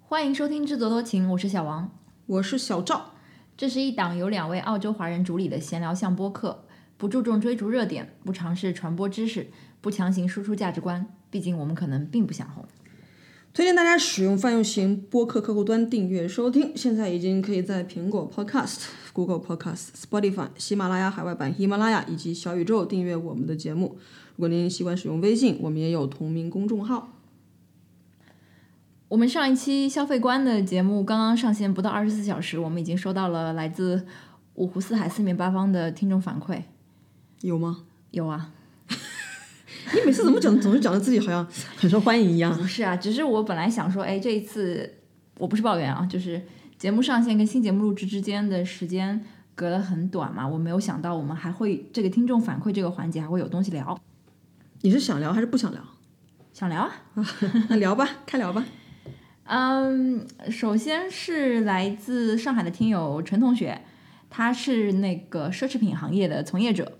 欢迎收听《智多多情》，我是小王。我是小赵，这是一档由两位澳洲华人主理的闲聊向播客，不注重追逐热点，不尝试传播知识，不强行输出价值观。毕竟我们可能并不想红。推荐大家使用泛用型播客客户端订阅收听，现在已经可以在苹果 Podcast、Google Podcast、Spotify、喜马拉雅海外版喜马拉雅以及小宇宙订阅我们的节目。如果您习惯使用微信，我们也有同名公众号。我们上一期消费观的节目刚刚上线不到二十四小时，我们已经收到了来自五湖四海、四面八方的听众反馈。有吗？有啊，你每次怎么讲，总是讲的自己好像很受欢迎一样。不是啊，只是我本来想说，哎，这一次我不是抱怨啊，就是节目上线跟新节目录制之间的时间隔得很短嘛，我没有想到我们还会这个听众反馈这个环节还会有东西聊，你是想聊还是不想聊？想聊啊。那聊吧，开聊吧。嗯，首先是来自上海的听友陈同学，他是那个奢侈品行业的从业者。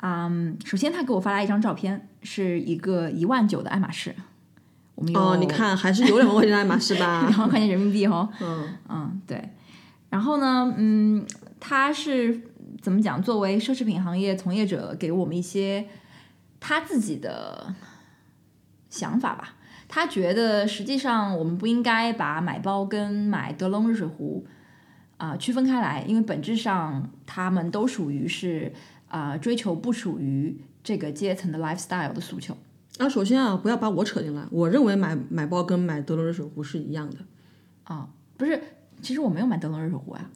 嗯，首先他给我发来一张照片，是一个一万九的爱马仕，我们有哦，你看啊还是有两万块钱的爱马仕 吧。两万块钱人民币哦，嗯，嗯，对。然后呢，嗯，他是怎么讲？作为奢侈品行业从业者，给我们一些他自己的想法吧。他觉得实际上我们不应该把买包跟买德龙热水壶啊、区分开来，因为本质上他们都属于是啊、追求不属于这个阶层的 lifestyle 的诉求。啊，首先啊，不要把我扯进来。我认为买买包跟买德龙热水壶是一样的。啊不是，其实我没有买德龙热水壶啊。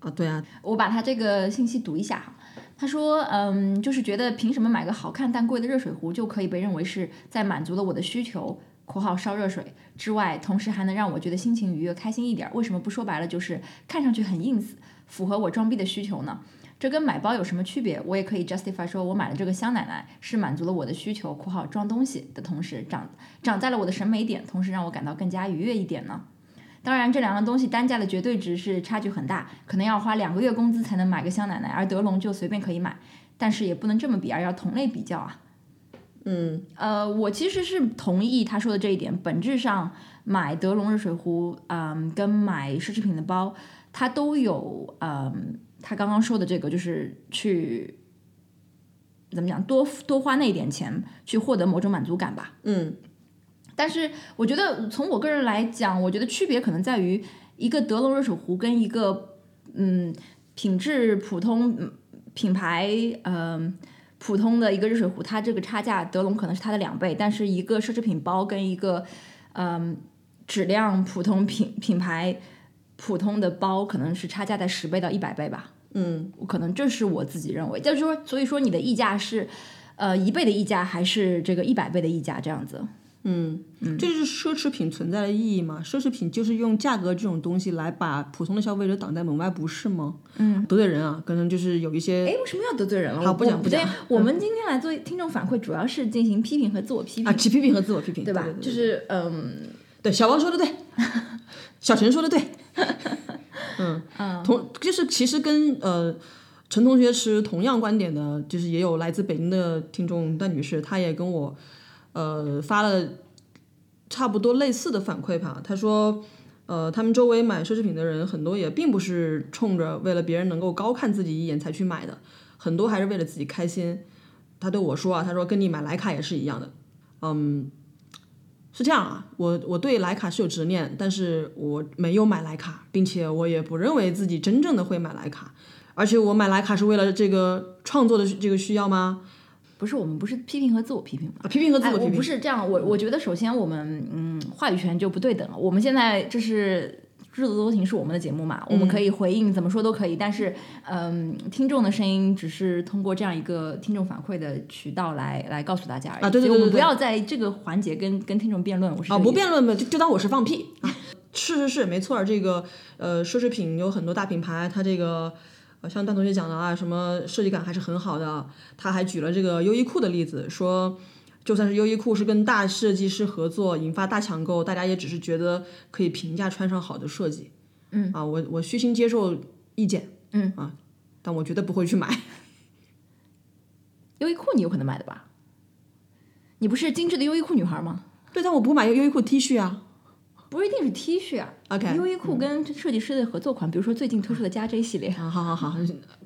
啊，对啊，我把他这个信息读一下哈。他说，嗯，就是觉得凭什么买个好看但贵的热水壶就可以被认为是在满足了我的需求（括号烧热水）之外，同时还能让我觉得心情愉悦、开心一点？为什么不说白了就是看上去很 ins，符合我装逼的需求呢？这跟买包有什么区别？我也可以 justify 说，我买了这个香奶奶是满足了我的需求（括号装东西）的同时，长长在了我的审美点，同时让我感到更加愉悦一点呢？当然，这两样东西单价的绝对值是差距很大，可能要花两个月工资才能买个香奶奶，而德龙就随便可以买。但是也不能这么比，而要同类比较啊。嗯，呃，我其实是同意他说的这一点。本质上，买德龙热水壶，嗯，跟买奢侈品的包，它都有，嗯，他刚刚说的这个，就是去怎么讲，多多花那一点钱去获得某种满足感吧。嗯，但是我觉得从我个人来讲，我觉得区别可能在于一个德龙热水壶跟一个嗯品质普通嗯品牌嗯、普通的一个热水壶，它这个差价德龙可能是它的两倍，但是一个奢侈品包跟一个嗯质量普通品品牌普通的包可能是差价在十倍到一百倍吧。嗯，可能这是我自己认为，就是说，所以说你的溢价是，呃，一倍的溢价还是这个一百倍的溢价这样子？这就是奢侈品存在的意义嘛？奢侈品就是用价格这种东西来把普通的消费者挡在门外，不是吗？嗯，得罪人啊，可能就是有一些哎，为什么要得罪人了？好我不讲我不讲嗯对我们今天来做听众反馈，主要是进行批评和自我批评，啊，只批评和自我批评，对吧对？对就是嗯，对，小王说的对，小陈说的对，嗯嗯，同就是其实跟呃陈同学持同样观点的，就是也有来自北京的听众段女士，她也跟我呃发了差不多类似的反馈吧。她说，呃，他们周围买奢侈品的人很多也并不是冲着为了别人能够高看自己一眼才去买的，很多还是为了自己开心。她对我说啊，她说跟你买徕卡也是一样的，是这样啊，我我对徕卡是有执念，但是我没有买徕卡，并且我也不认为自己真正的会买徕卡，而且我买徕卡是为了这个创作的这个需要吗？不是我们不是批评和自我批评吗？啊，批评和自嗯哎，我批我评，不是这样，我我觉得首先我们嗯话语权就不对等了。我们现在这是《日子多情》是我们的节目嗯嘛，我们可以回应怎么说都可以，但是嗯，听众的声音只是通过这样一个听众反馈的渠道来来告诉大家而已。啊对对所以我们对对不对要在这个环节跟跟听众辩论。我是啊，这个不意思辩论吧，就就当我是放屁。啊、是是是，没错儿，这个呃，奢侈品有很多大品牌，它这个。呃像段同学讲的啊，什么设计感还是很好的。他还举了这个优衣库的例子，说就算是优衣库是跟大设计师合作引发大抢购，大家也只是觉得可以平价穿上好的设计。嗯啊，我我虚心接受意见。嗯啊，但我绝对不会去买。优衣库你有可能买的吧？你不是精致的优衣库女孩吗？嗯对，但我不买优衣库 T 恤啊。不一定是 T 恤啊 OK，优衣库跟设计师的合作款，比如说最近推出的加 J 系列，啊，好好好，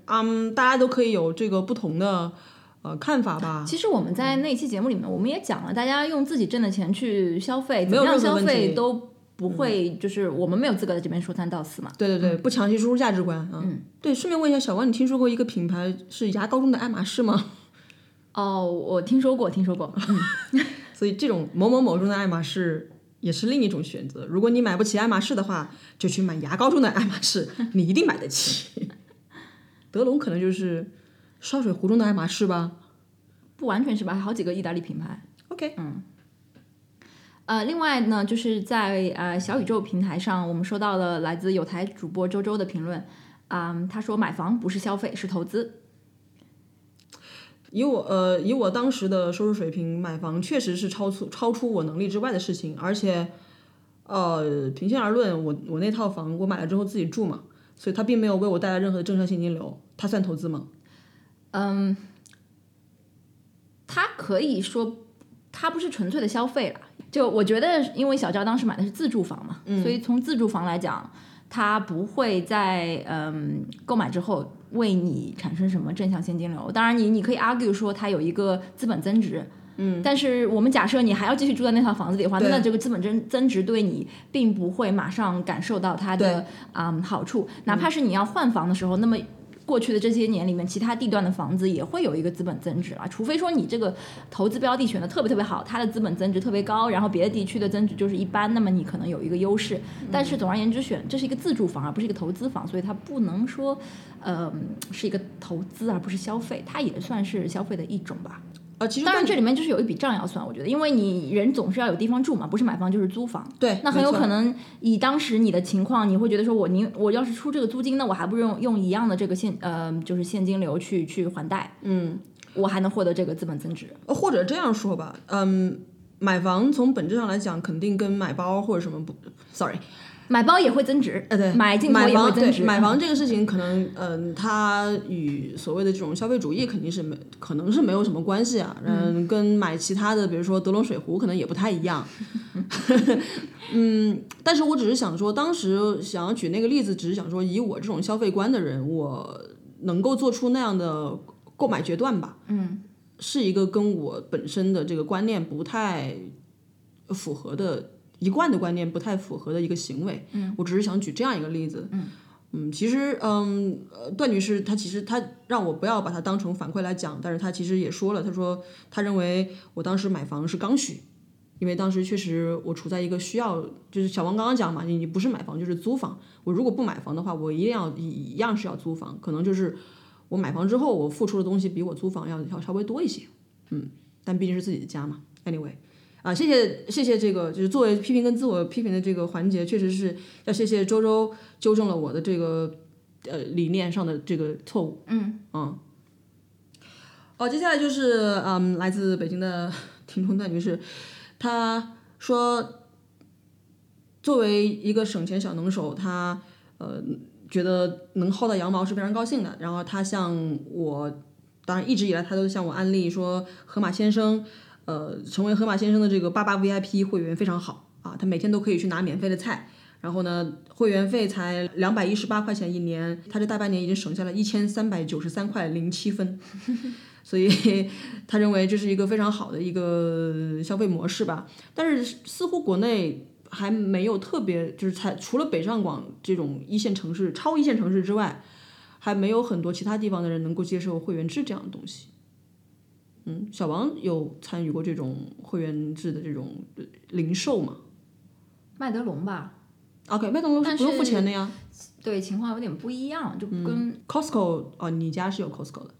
嗯，大家都可以有这个不同的呃看法吧。其实我们在那期节目里面，我们也讲了，大家用自己挣的钱去消费，怎有么样任何消问费题都不会，就是我们没有资格在这边说三道四嘛。对对对，不强行输出价值观啊。嗯，对，顺便问一下，小王，你听说过一个品牌是牙膏中的爱马仕吗？哦，我听说过，听说过，嗯，所以这种某某某中的爱马仕也是另一种选择。如果你买不起爱马仕的话，就去买牙膏中的爱马仕，你一定买得起。德龙可能就是烧水壶中的爱马仕吧。不完全是吧？还有好几个意大利品牌。嗯 OK，呃，另外呢，就是在呃小宇宙平台上，我们收到了来自有台主播周周的评论，啊、他说买房不是消费，是投资。以我呃以我当时的收入水平，买房确实是超出超出我能力之外的事情，而且呃平心而论，我我那套房我买了之后自己住嘛，所以它并没有为我带来任何的正向现金流，它算投资吗？嗯，他可以说他不是纯粹的消费了。就我觉得，因为小赵当时买的是自住房嘛，所以从自住房来讲，他不会在嗯购买之后为你产生什么正向现金流。当然你，你可以 argue 说它有一个资本增值。嗯，但是我们假设你还要继续住在那套房子里的话，对那这个资本增增值对你并不会马上感受到它的嗯好处，哪怕是你要换房的时候，那么过去的这些年里面，其他地段的房子也会有一个资本增值啊，除非说你这个投资标的选的特别特别好，它的资本增值特别高，然后别的地区的增值就是一般，那么你可能有一个优势。但是总而言之选，这是一个自住房而不是一个投资房，所以它不能说，呃，是一个投资而不是消费，它也算是消费的一种吧。啊，其实当然，这里面就是有一笔账要算，我觉得，因为你人总是要有地方住嘛，不是买房就是租房。对那很有没错可能以当时你的情况，你会觉得说我宁我要是出这个租金，那我还不如用用一样的这个现呃就是现金流去去还贷，嗯，我还能获得这个资本增值。呃或者这样说吧，嗯，买房从本质上来讲，肯定跟买包或者什么不，sorry，买包也会增值，呃，对，买进口买也会房增对值，嗯买房这个事情，可能嗯、它与所谓的这种消费主义肯定是没，可能是没有什么关系啊。嗯，跟买其他的，比如说德龙水壶，可能也不太一 样。嗯，但是我只是想说，当时想要举那个例子，只是想说，以我这种消费观的人，我能够做出那样的购买决断吧。嗯，是一个跟我本身的这个观念不太符合的。一贯的观念不太符合的一个行为，我只是想举这样一个例子。嗯其实嗯，呃段女士她其实她让我不要把它当成反馈来讲，但是她其实也说了，她说她认为我当时买房是刚需，因为当时确实我处在一个需要，就是小王刚刚讲嘛，你你不是买房就是租房，我如果不买房的话，我一定要一一样是要租房，可能就是我买房之后我付出的东西比我租房要要稍微多一些，嗯，但毕竟是自己的家嘛，anyway。啊，谢谢谢谢这个，就是作为批评跟自我批评的这个环节，确实是要谢谢周周纠正了我的这个呃理念上的这个错误。嗯哦，接下来就是嗯，来自北京的 听众段女士，她说，作为一个省钱小能手，她呃觉得能薅到羊毛是非常高兴的。然后她向我，当然一直以来她都向我安利说，河马先生。呃，成为河马先生的这个八八 VIP 会员非常好啊，他每天都可以去拿免费的菜，然后呢，会员费才两百一十八块钱一年，他这大半年已经省下了一千三百九十三块零七分， 所以他认为这是一个非常好的一个消费模式吧。但是似乎国内还没有特别，就是才除了北上广这种一线城市、超一线城市之外，还没有很多其他地方的人能够接受会员制这样的东西。嗯，小王有参与过这种会员制的这种呃零售吗麦德龙吧， ？OK，麦当劳但是不用付是钱的呀。对情况有点不一样，就嗯跟 Costco 哦，你家是有 Costco 的。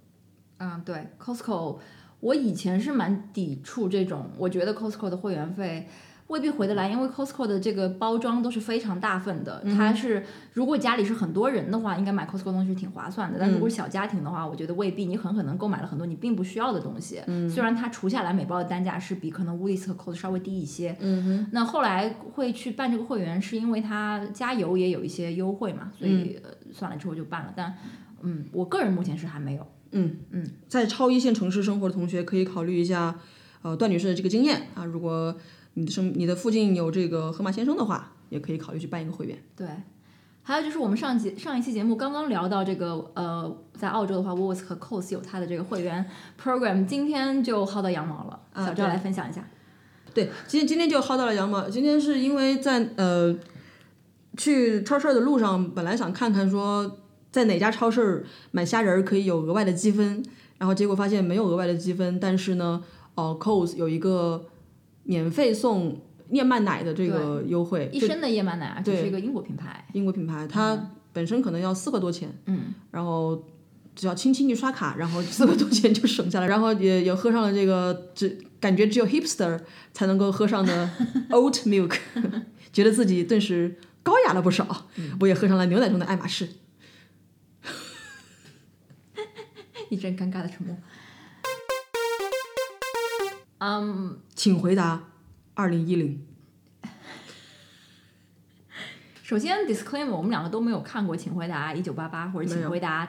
嗯，对，Costco，我以前是蛮抵触这种，我觉得 Costco 的会员费未必回得来，因为 Costco 的这个包装都是非常大份的，它是如果家里是很多人的话，应该买 Costco 东西是挺划算的，但如果是小家庭的话，我觉得未必，你很可能购买了很多你并不需要的东西，虽然它除下来每包的单价是比可能 Woolies 和 Costco 稍微低一些，嗯哼，那后来会去办这个会员，是因为它加油也有一些优惠嘛，所以、呃算了之后就办了，但嗯，我个人目前是还没有。在超一线城市生活的同学可以考虑一下，呃，段女士的这个经验啊。如果你的身你的附近有这个河马先生的话，也可以考虑去办一个会员。对，还有就是我们上节上一期节目刚刚聊到这个，呃，在澳洲的话，Woolworths 和 Coles 有它的这个会员 program，今天就薅到羊毛了，啊小赵来分享一下。对，今天今天就薅到了羊毛。今天是因为在呃去超市的路上，本来想看看说在哪家超市买虾仁儿可以有额外的积分，然后结果发现没有额外的积分，但是呢，哦、c o s 有一个免费送燕麦奶的这个优惠，一升的燕麦奶啊，这是一个英国品牌，英国品牌，它本身可能要四个多钱，嗯，然后只要轻轻一刷卡，然后四个多钱就省下来，然后也也喝上了这个只感觉只有 hipster 才能够喝上的 oat milk，觉 得自己顿时高雅了不少。我也喝上了牛奶中的爱马仕。一阵尴尬的沉默。嗯，请回答二零一零。首先 disclaimer，我们两个都没有看过《请回答一九八八》或者《没请有回答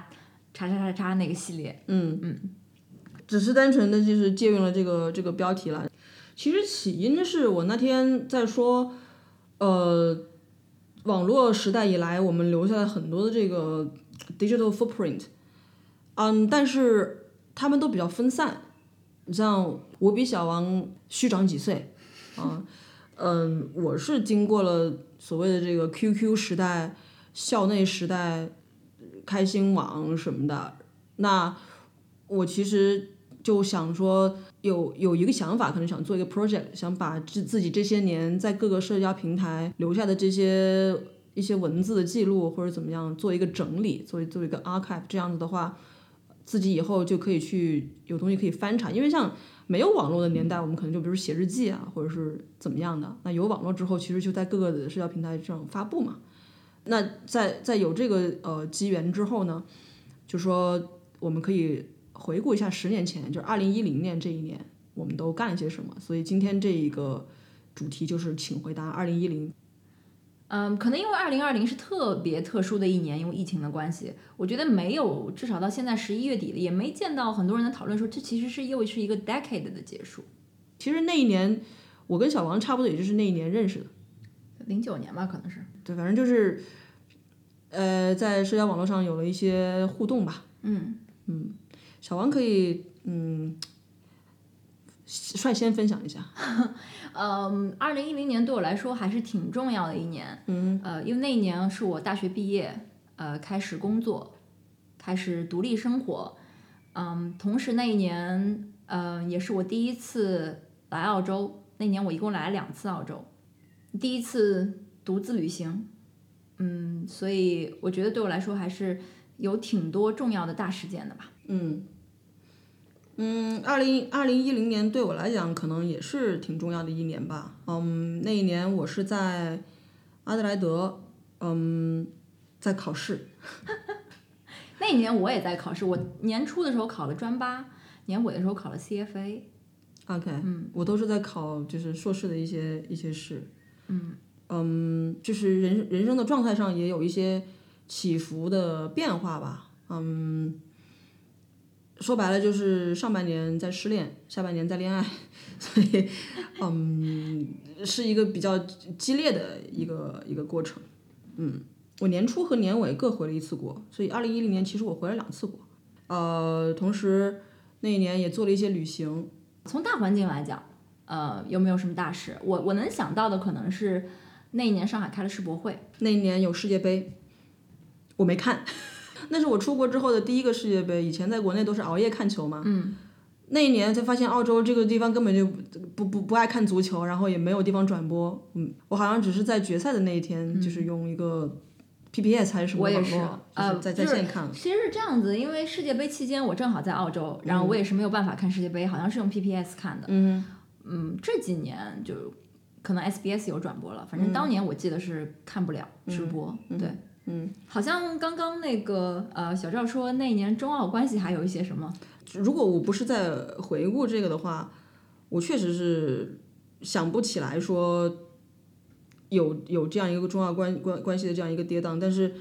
叉叉叉叉》那个系列。嗯，嗯，只是单纯的就是借用了这个这个标题了。其实起因是我那天在说，呃，网络时代以来，我们留下了很多的这个 digital footprint，嗯，但是他们都比较分散。你像我比小王虚长几岁，啊，嗯，我是经过了所谓的这个 QQ 时代、校内时代、开心网什么的，那我其实就想说有有一个想法，可能想做一个 project，想把自自己这些年在各个社交平台留下的这些一些文字的记录或者怎么样做一个整理，做一做一个 archive，这样子的话，自己以后就可以去有东西可以翻查，因为像。没有网络的年代，我们可能就比如写日记啊，或者是怎么样的。那有网络之后，其实就在各个的社交平台上发布嘛。那在在有这个呃机缘之后呢，就说我们可以回顾一下十年前，就是二零一零年这一年，我们都干了些什么。所以今天这一个主题就是，请回答二零一零。嗯，可能因为二零二零是特别特殊的一年，因为疫情的关系，我觉得没有，至少到现在十一月底了，也没见到很多人在讨论说这其实是又是一个 decade 的结束，其实那一年，我跟小王差不多，也就是那一年认识的。零九年吧，可能是。对，反正就是，呃，在社交网络上有了一些互动吧。嗯，小王可以，嗯，率先分享一下。嗯，二零一零年对我来说还是挺重要的一年。嗯，呃，因为那一年是我大学毕业，呃，开始工作，开始独立生活。嗯，同时那一年，呃，也是我第一次来澳洲。那年我一共来了两次澳洲，第一次独自旅行。嗯，所以我觉得对我来说还是有挺多重要的大事件的吧。嗯，嗯，二零二零一零年对我来讲可能也是挺重要的一年吧。嗯，那一年我是在阿德莱德，嗯，在考试。那一年我也在考试，我年初的时候考了专八，年尾的时候考了 CFA。 OK，嗯，我都是在考就是硕士的一些一些事。嗯嗯，就是人人生的状态上也有一些起伏的变化吧。嗯，说白了就是上半年在失恋，下半年在恋爱， 所以嗯，是一个比较激烈的一个一个过程。嗯，我年初和年尾各回了一次国，所以二零一零年其实我回了两次国。呃，同时那一年也做了一些旅行。从大环境来讲，呃，有没有什么大事？我我能想到的可能是那一年上海开了世博会，那一年有世界杯，我没看， 那是我出国之后的第一个世界杯。以前在国内都是熬夜看球嘛，嗯，那一年才发现澳洲这个地方根本就不不不爱看足球，然后也没有地方转播，嗯，我好像只是在决赛的那一天，就是用一个 PPS 还是什嗯么我网也络，是呃就是在就在是线看，其实是这样子，因为世界杯期间我正好在澳洲，然后我也是没有办法看世界杯，好像是用 PPS 看的。嗯嗯，这几年就可能 SBS 有转播了，反正当年我记得是看不了直播。对，嗯，好像刚刚那个呃小赵说那一年中澳关系还有一些什么？如果我不是在回顾这个的话，我确实是想不起来说有有这样一个重要关关关系的这样一个跌宕，但是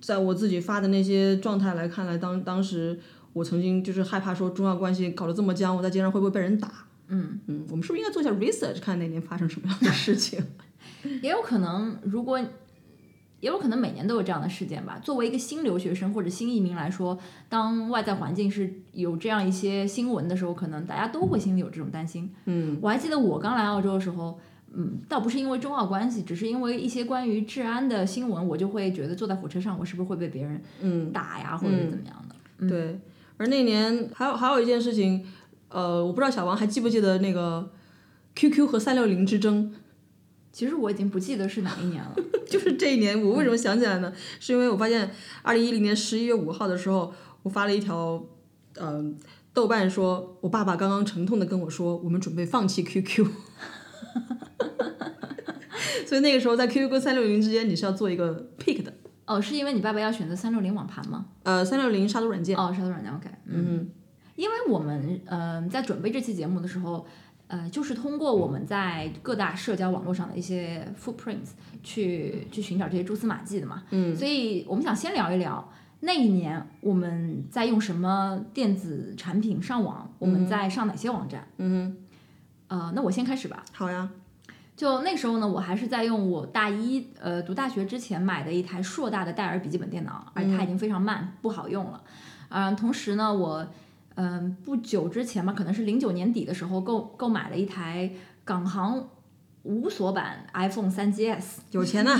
在我自己发的那些状态来看来，当当时我曾经就是害怕说重要关系搞得这么僵，我在街上会不会被人打？嗯嗯，我们是不是应该做一下 research，看那年发生什么样的事情？也有可能，如果也有可能每年都有这样的事件吧。作为一个新留学生或者新移民来说，当外在环境是有这样一些新闻的时候，可能大家都会心里有这种担心。嗯，我还记得我刚来澳洲的时候，嗯，倒不是因为中澳关系，只是因为一些关于治安的新闻，我就会觉得坐在火车上，我是不是会被别人嗯打呀，或者是怎么样的？嗯对。而那年还有还有一件事情，呃，我不知道小王还记不记得那个 QQ 和三六零之争，其实我已经不记得是哪一年了。就是这一年，我为什么想起来呢？是因为我发现，二零一零年十一月五号的时候，我发了一条，嗯、豆瓣说，我爸爸刚刚沉痛的跟我说，我们准备放弃 QQ。所以那个时候，在 QQ 跟三六零之间，你是要做一个 pick 的，哦，是因为你爸爸要选择三六零网盘吗？呃，三六零杀毒软件，哦，杀毒软件 OK。嗯，因为我们嗯、呃在准备这期节目的时候，呃，就是通过我们在各大社交网络上的一些 footprints 去去寻找这些蛛丝马迹的嘛。嗯，所以我们想先聊一聊那一年我们在用什么电子产品上网，我们在上哪些网站。嗯呃，那我先开始吧。哼，好呀，就那时候呢，我还是在用我大一呃读大学之前买的一台硕大的戴尔笔记本电脑，而它已经非常慢，不好用了。嗯、同时呢，我嗯、不久之前吧，可能是零九年底的时候购购买了一台港行无锁版 iPhone 3 GS。有钱呐、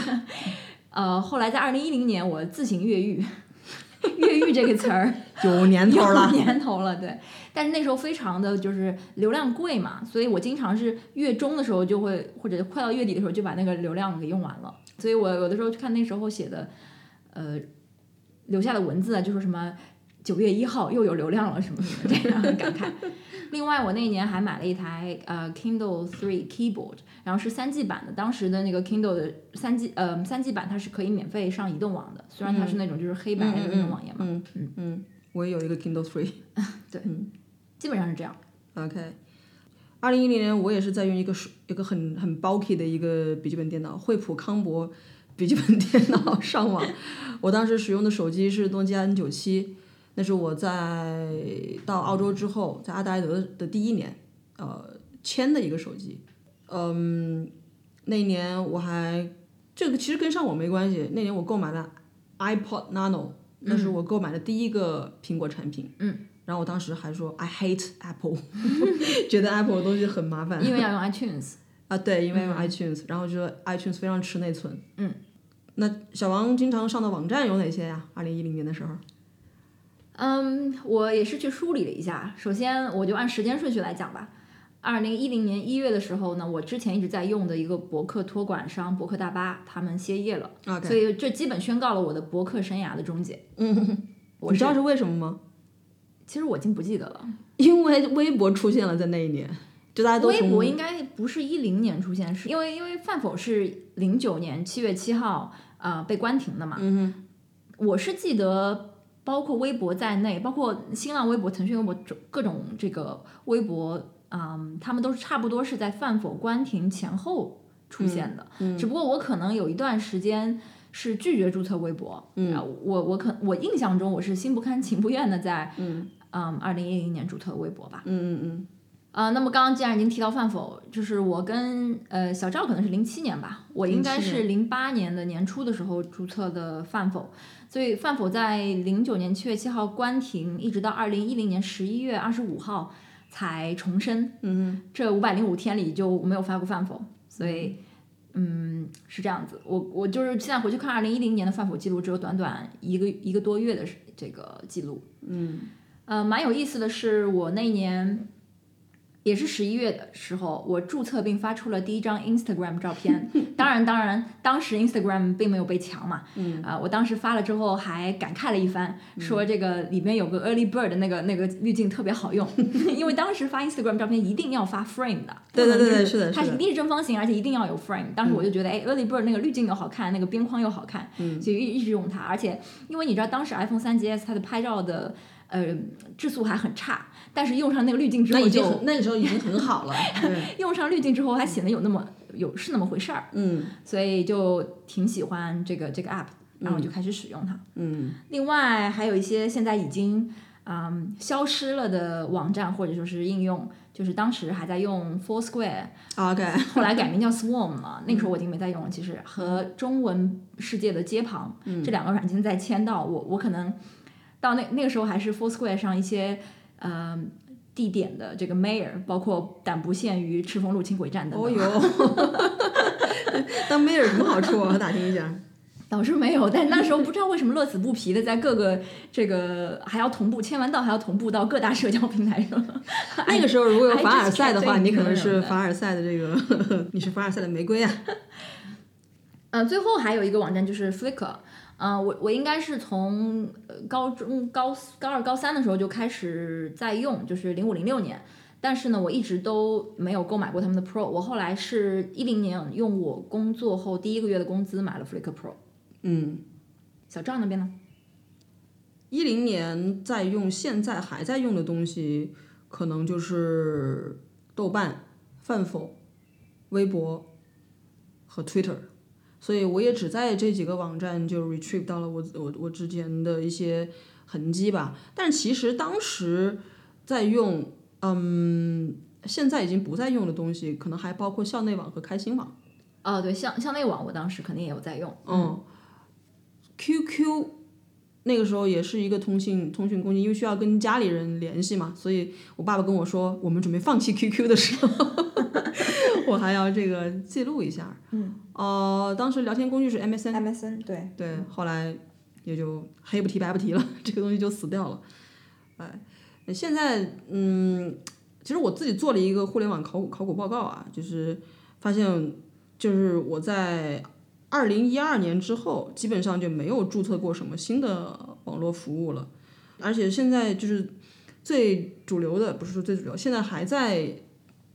呃，后来在二零一零年，我自行越狱。 越狱这个词儿有年头了有，年头了，对。但是那时候非常的就是流量贵嘛，所以我经常是月中的时候就会，或者快到月底的时候就把那个流量给用完了。所以我有的时候去看那时候写的，呃，留下的文字啊，就说什么九月一号又有流量了什么什么这样的感慨。另外，我那一年还买了一台呃 Kindle Three Keyboard，然后是三 G 版的。当时的那个 Kindle 的三 G 呃三 G 版它是可以免费上移动网的，虽然它是那种就是黑白的那种网页嘛，嗯嗯嗯，我也有一个 Kindle Three。嗯基本上是这样。 OK，二零一零年我也是在用一个手一个很很 bulky 的一个笔记本电脑，惠普康柏笔记本电脑 上网。我当时使用的手机是诺基亚 N 九七，那是我在到澳洲之后，在阿德莱德的第一年，呃，签的一个手机。嗯，那一年我还这个其实跟上网没关系，那年我购买了 iPod Nano，那是我购买的第一个苹果产品。嗯，然后我当时还说 I hate Apple。觉得 Apple 的东西很麻烦因为要用 iTunes。啊，对，因为用 iTunes，、然后就说 iTunes 非常吃内存。嗯，那小王经常上的网站有哪些呀？二零一零年的时候，嗯，我也是去梳理了一下。首先，我就按时间顺序来讲吧。二零一零年一月的时候呢，我之前一直在用的一个博客托管商博客大巴，他们歇业了 OK 所以这基本宣告了我的博客生涯的终结。我你知道是为什么吗？其实我已经不记得了，因为微博出现了在那一年，就大家都微从博应该不是一零年出现，是因为因为饭否是零九年七月七号啊、呃被关停的嘛。嗯我是记得，包括微博在内，包括新浪微博、腾讯微博种各种这个微博，嗯，他们都是差不多是在饭否关停前后出现的。嗯只不过我可能有一段时间是拒绝注册微博，嗯，我我可我印象中我是心不甘情不愿的在，嗯，嗯，二零一零年注册微博吧。哼嗯嗯啊，那么刚刚既然已经提到饭否，就是我跟呃小赵可能是零七年吧，我应该是零八年的年初的时候注册的饭否，所以饭否在零九年七月七号关停，一直到二零一零年十一月二十五号才重生，嗯嗯这五百零五天里就没有发过饭否，所以嗯是这样子，我我就是现在回去看二零一零年的饭否记录，只有短短一个一个多月的这个记录，嗯呃，蛮有意思的是，我那一年也是十一月的时候，我注册并发出了第一张 Instagram 照 片。当然，当然，当时 Instagram 并没有被抢嘛。嗯。啊、我当时发了之后还感慨了一番，嗯说这个里面有个 Early Bird 的那个那个滤镜特别好 用，因为当时发 Instagram 照片一定要发 frame 的。对对对不能对就是的它是的嗯一定是正方形，而且一定要有 frame。当时我就觉得，哎，Early Bird 那个滤镜又好看，那个边框又好看，所以一直用它。而且，因为你知道，当时 iPhone 3 GS 它的拍照的呃质素还很差，但是用上那个滤镜之那后已经就，很那个时候已经很好了。 对，用上滤镜之后还显得有那么有是那么回事儿，嗯所以就挺喜欢这个这个 app，然后我就开始使用它。嗯另外还有一些现在已经嗯消失了的网站或者说是应用，就是当时还在用 Foursquare，啊 OK，后来改名叫 Swarm 嘛，那个时候我已经没在用了。其实和中文世界的街旁、嗯这两个软件在签到，我我可能到那那个时候还是 Foursquare 上一些呃地点的这个 mayor，包括但不限于赤峰路轻轨站等 哦等。哟，当妹有什么好处啊？打听一 下。倒是没有，但那时候不知道为什么乐此不疲的在各个这个还要同步签完到还要同步到各大社交平台上。那个时候如果有 I 凡 just 尔赛的话， can't 你可能 ignore 是 that 凡尔赛的这个， 你是凡尔赛的玫瑰啊。呃，最后还有一个网站就是 Flickr。嗯、我我应该是从呃高中高高二高三的时候就开始在用，就是零五零六年，但是呢，我一直都没有购买过他们的 Pro。我后来是一零年用我工作后第一个月的工资买了 Flickr Pro。嗯，小赵那边呢？一零年在用，现在还在用的东西，可能就是豆瓣、饭否、微博和 Twitter。所以我也只在这几个网站就 retrieve 到了我我我之前的一些痕迹吧。但其实当时在用，嗯，现在已经不再用的东西，可能还包括校内网和开心网。哦，对，校校内网我当时肯定也有在用。嗯，QQ 那个时候也是一个通信通讯工具，因为需要跟家里人联系嘛，所以我爸爸跟我说，我们准备放弃 QQ 的时候， 我还要这个记录一下。嗯，哦、当时聊天工具是 MSN， MSN 对，对，后来也就黑不提白不提了，这个东西就死掉了。哎，现在嗯，其实我自己做了一个互联网考古考古报告啊，就是发现，就是我在二零一二年之后，基本上就没有注册过什么新的网络服务了，而且现在就是最主流的，不是说最主流，现在还在。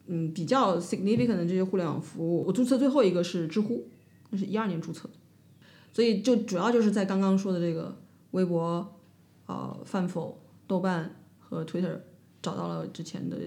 嗯，比较 significant 的这些互联网服务，我注册最后一个是知乎，那是一二年注册的。所以就主要就是在刚刚说的这个微博、呃饭否、豆瓣和 Twitter 找到了之前的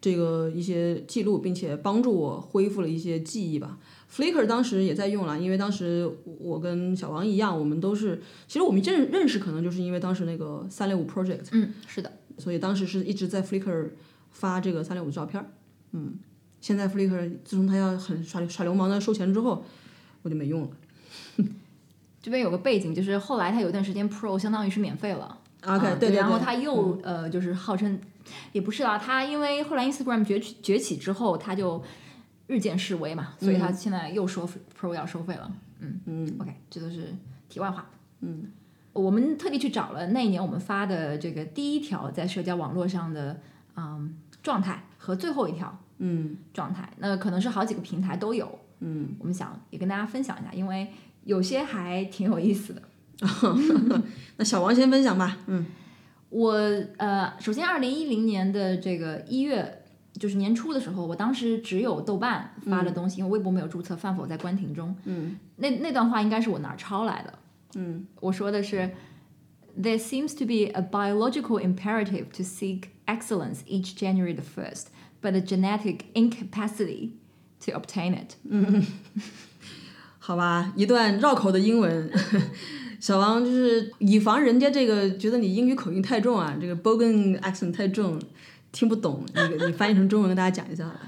这个一些记录，并且帮助我恢复了一些记忆吧。Flickr 当时也在用了，因为当时我跟小王一样，我们都是其实我们认认识可能就是因为当时那个三六五 project，嗯，是的。所以当时是一直在 Flickr 发这个三六五照片儿嗯，现在 Flickr 自从他要很耍耍流氓的收钱之后，我就没用了。这边有个背景，就是后来它有段时间 Pro 相当于是免费了。 OK，、啊对对对，嗯然后他又、呃，就是号称也不是啦，他因为后来 Instagram 崛起崛起之后，他就日渐式微嘛，所以嗯他现在又说 Pro 要收费了。嗯嗯，OK，这都是题外话。嗯，我们特地去找了那一年我们发的这个第一条在社交网络上的嗯状态和最后一条嗯状态，那可能是好几个平台都有。嗯，我们想也跟大家分享一下，因为有些还挺有意思的。，那小王先分享吧。嗯我呃，首先二零一零年的这个一月，就是年初的时候，我当时只有豆瓣发了东西，因为微博没有注册，饭否在关停中。嗯，那那段话应该是我哪儿抄来的？嗯，我说的是。There seems to be a biological imperative to seek excellence each January the 1st, but a genetic incapacity to obtain it. 好吧，一段绕口的英文。 小王就是以防人家这个觉得你英语口音太重啊，这个 Bogan accent 太重，听不懂，你你翻译成中文跟大家讲一下好了。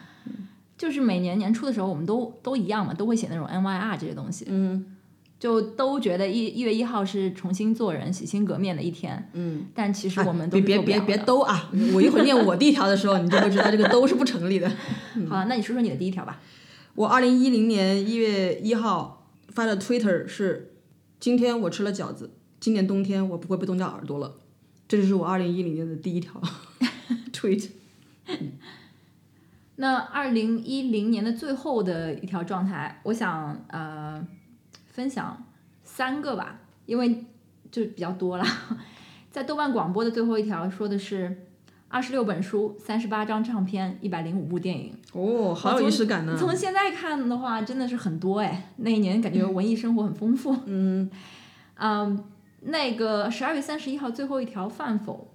就是每年年初的时候，我们都都一样嘛，都会写那种 NYR 这些东西，嗯，就都觉得一一月一号是重新做人、洗心革面的一天，嗯，但其实我们都哎是别做不别了别别的兜啊！我一会儿念我第一条的时候，你就会知道这个兜是不成立的。好了，那你说说你的第一条吧。我二零一零年一月一号发的 Twitter 是：今天我吃了饺子，今年冬天我不会被冻掉耳朵了。这就是我二零一零年的第一条 tweet。那二零一零年的最后的一条状态，我想呃分享三个吧，因为就比较多了。 在豆瓣广播的最后一条说的是二十六本书、三十八张唱片、一百零五部电影。哦，好有仪式感呢、从现在看的话，真的是很多哎。那一年感觉文艺生活很丰富。嗯， 嗯，那个十二月三十一号最后一条饭否？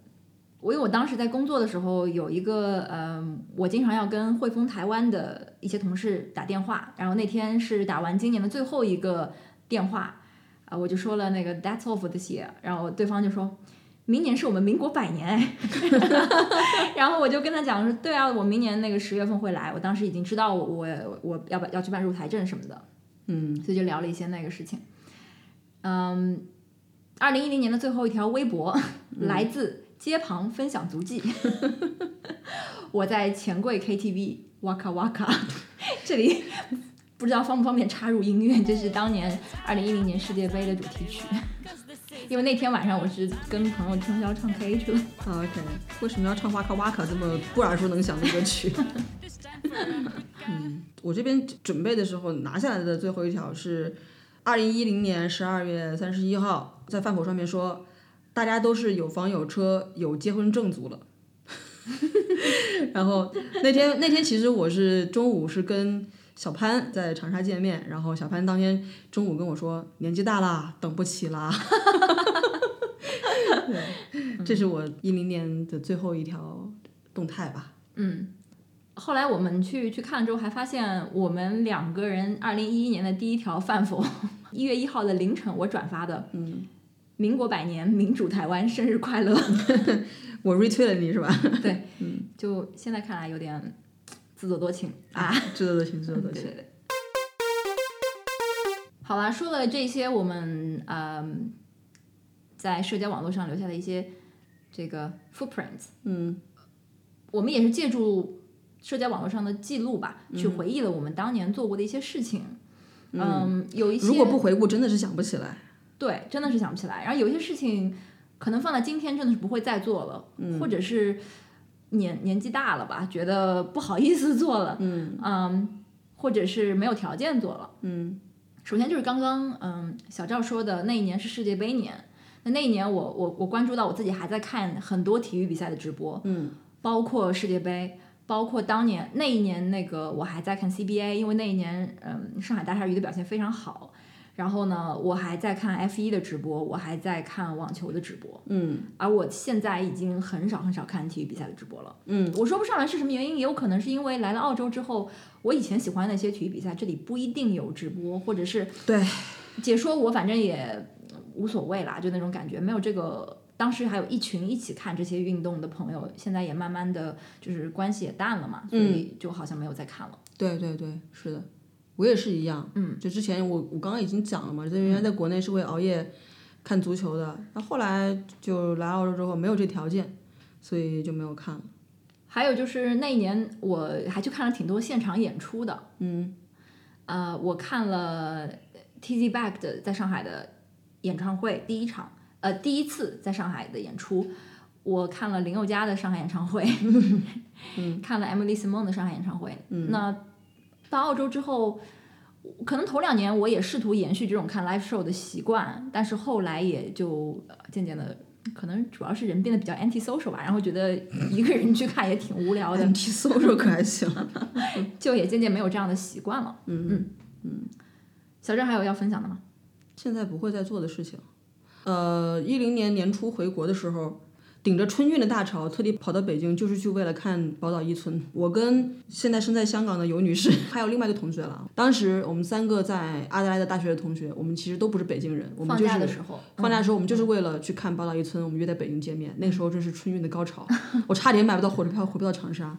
我因为我当时在工作的时候有一个，嗯，我经常要跟汇丰台湾的一些同事打电话，然后那天是打完今年的最后一个电话，啊、我就说了那个 That's all for this year，然后对方就说明年是我们民国百年哎，然后我就跟他讲说，对啊，我明年那个十月份会来，我当时已经知道我我我要不要去办入台证什么的，嗯，所以就聊了一些那个事情。嗯，二零一零年的最后一条微博、来自街旁分享足迹， 我在钱柜 KTV 哇卡哇卡， 这里不知道方不方便插入音乐，这是当年二零一零年世界杯的主题曲。 因为那天晚上我是跟朋友通宵唱 K 去了。 OK，为什么要唱哇卡哇卡这么不耳熟能详的歌曲？ 嗯，我这边准备的时候拿下来的最后一条是二零一零年十二月三十一号在饭否上面说，大家都是有房有车有结婚证族了。 然后那天那天其实我是中午是跟小潘在长沙见面，然后小潘当天中午跟我说年纪大啦，等不起啦。对，这是我一零年的最后一条动态吧。嗯后来我们去去看了之后，还发现我们两个人二零一一年的第一条饭否，一月一号的凌晨我转发的，嗯，民国百年民主台湾生日快乐，我 retweet 了你是吧？就现在看来有点自作多情嗯啊。， 知道的请知道的对请。对对。好啦，说了这些，我们嗯、在社交网络上留下的一些这个 footprints，嗯，我们也是借助社交网络上的记录吧，去嗯回忆了我们当年做过的一些事情。嗯，有一些如果不回顾，真的是想不起来。对，真的是想不起来。然后有一些事情可能放在今天真的是不会再做了，或者是年年纪大了吧，觉得不好意思做了，嗯或者是没有条件做了，嗯。首先就是刚刚嗯小赵说的那一年是世界杯年，那那一年我我我关注到我自己还在看很多体育比赛的直播，嗯，包括世界杯。包括当年那一年，那个我还在看 CBA，因为那一年，嗯，上海大鲨鱼的表现非常好，然后呢，我还在看 F 一的直播，我还在看网球的直播，嗯而我现在已经很少很少看体育比赛的直播了。嗯，我说不上来是什么原因，也有可能是因为来了澳洲之后，我以前喜欢的那些体育比赛，这里不一定有直播，或者是对解说，我反正也无所谓啦，就那种感觉，没有这个。当时还有一群一起看这些运动的朋友，现在也慢慢的就是关系也淡了嘛，所嗯以就好像没有再看了。对对对，是的，我也是一样。嗯，就之前我我刚刚已经讲了嘛，嗯就原来在国内是会熬夜看足球的，那后来就来澳洲之后没有这条件，所以就没有看了。还有就是那一年我还去看了挺多现场演出的，嗯呃，我看了 TZ Back 的在上海的演唱会第一场，呃，第一次在上海的演出，我看了林宥嘉的上海演唱会，看了 Emily Simone 的上海演唱会。那到澳洲之后，可能头两年我也试图延续这种看 live show 的习惯，但是后来也就呃渐渐的。可能主要是人变得比较 anti social 吧，然后觉得一个人去看也挺无聊的， ，anti social 可还行。就也渐渐没有这样的习惯了。嗯嗯小郑还有要分享的吗？现在不会再做的事情。呃，一零年年初回国的时候，顶着春运的大潮，特地跑到北京，就是去为了看宝岛一村。我跟现在身在香港的尤女士， 还有另外一个同学了。啊当时我们三个在阿德莱德大学的同学，我们其实都不是北京人，我们放就是假的嗯时候，放假的时候，我们就是为了去看宝岛一村，我们约在北京见面。那时候正是春运的高潮，我差点买不到火车票，回不到长沙。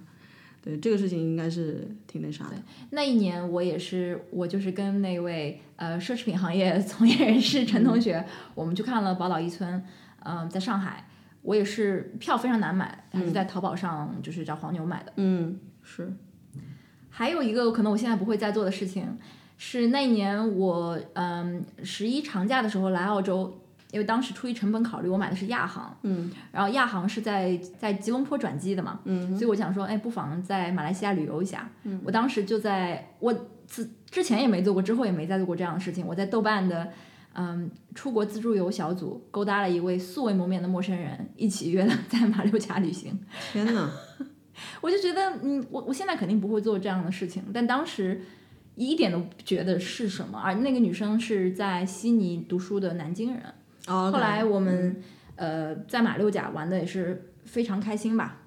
对这个事情应该是挺那啥的。那一年我也是，我就是跟那位呃奢侈品行业从业人士陈同嗯学，我们去看了宝岛一村，嗯、在上海，我也是票非常难买，还是在淘宝上就是找黄牛买的。嗯，是，还有一个可能我现在不会再做的事情，是那一年我嗯十一长假的时候来澳洲，因为当时出于成本考虑，我买的是亚航，嗯然后亚航是在在吉隆坡转机的嘛，嗯所以我想说，哎，不妨在马来西亚旅游一下。我当时就在我之之前也没做过，之后也没再做过这样的事情。我在豆瓣的嗯出国自助游小组勾搭了一位素未谋面的陌生人，一起约了 在马六甲旅行。天哪， 我就觉得，嗯，我我现在肯定不会做这样的事情，但当时一点都不觉得是什么。而那个女生是在悉尼读书的南京人。啊，后来我们、呃在马六甲玩的也是非常开心 吧。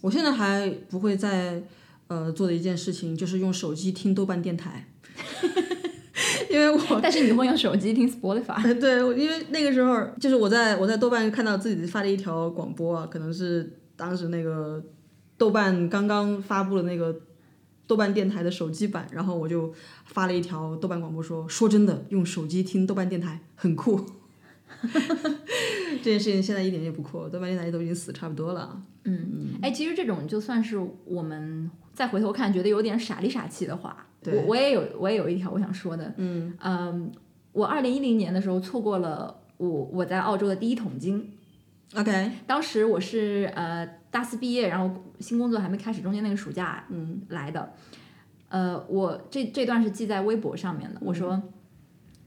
我现在还不会再呃做的一件事情，就是用手机听豆瓣电台。 因为我但是你会用手机听 Spotify，对，我因为那个时候就是我在我在豆瓣看到自己发的一条广播啊，可能是当时那个豆瓣刚刚发布了那个豆瓣电台的手机版，然后我就发了一条豆瓣广播说，说真的，用手机听豆瓣电台很酷。 这件事情现在一点也不酷，豆瓣电台都已经死差不多了。嗯，哎，其实这种就算是我们再回头看，觉得有点傻里傻气的话，我我也有我也有一条我想说的，嗯嗯，我二零一零年的时候错过了我我在澳洲的第一桶金， OK，当时我是呃大四毕业，然后新工作还没开始，中间那个暑假嗯来的，呃，我这这段是记在微博上嗯面的，我说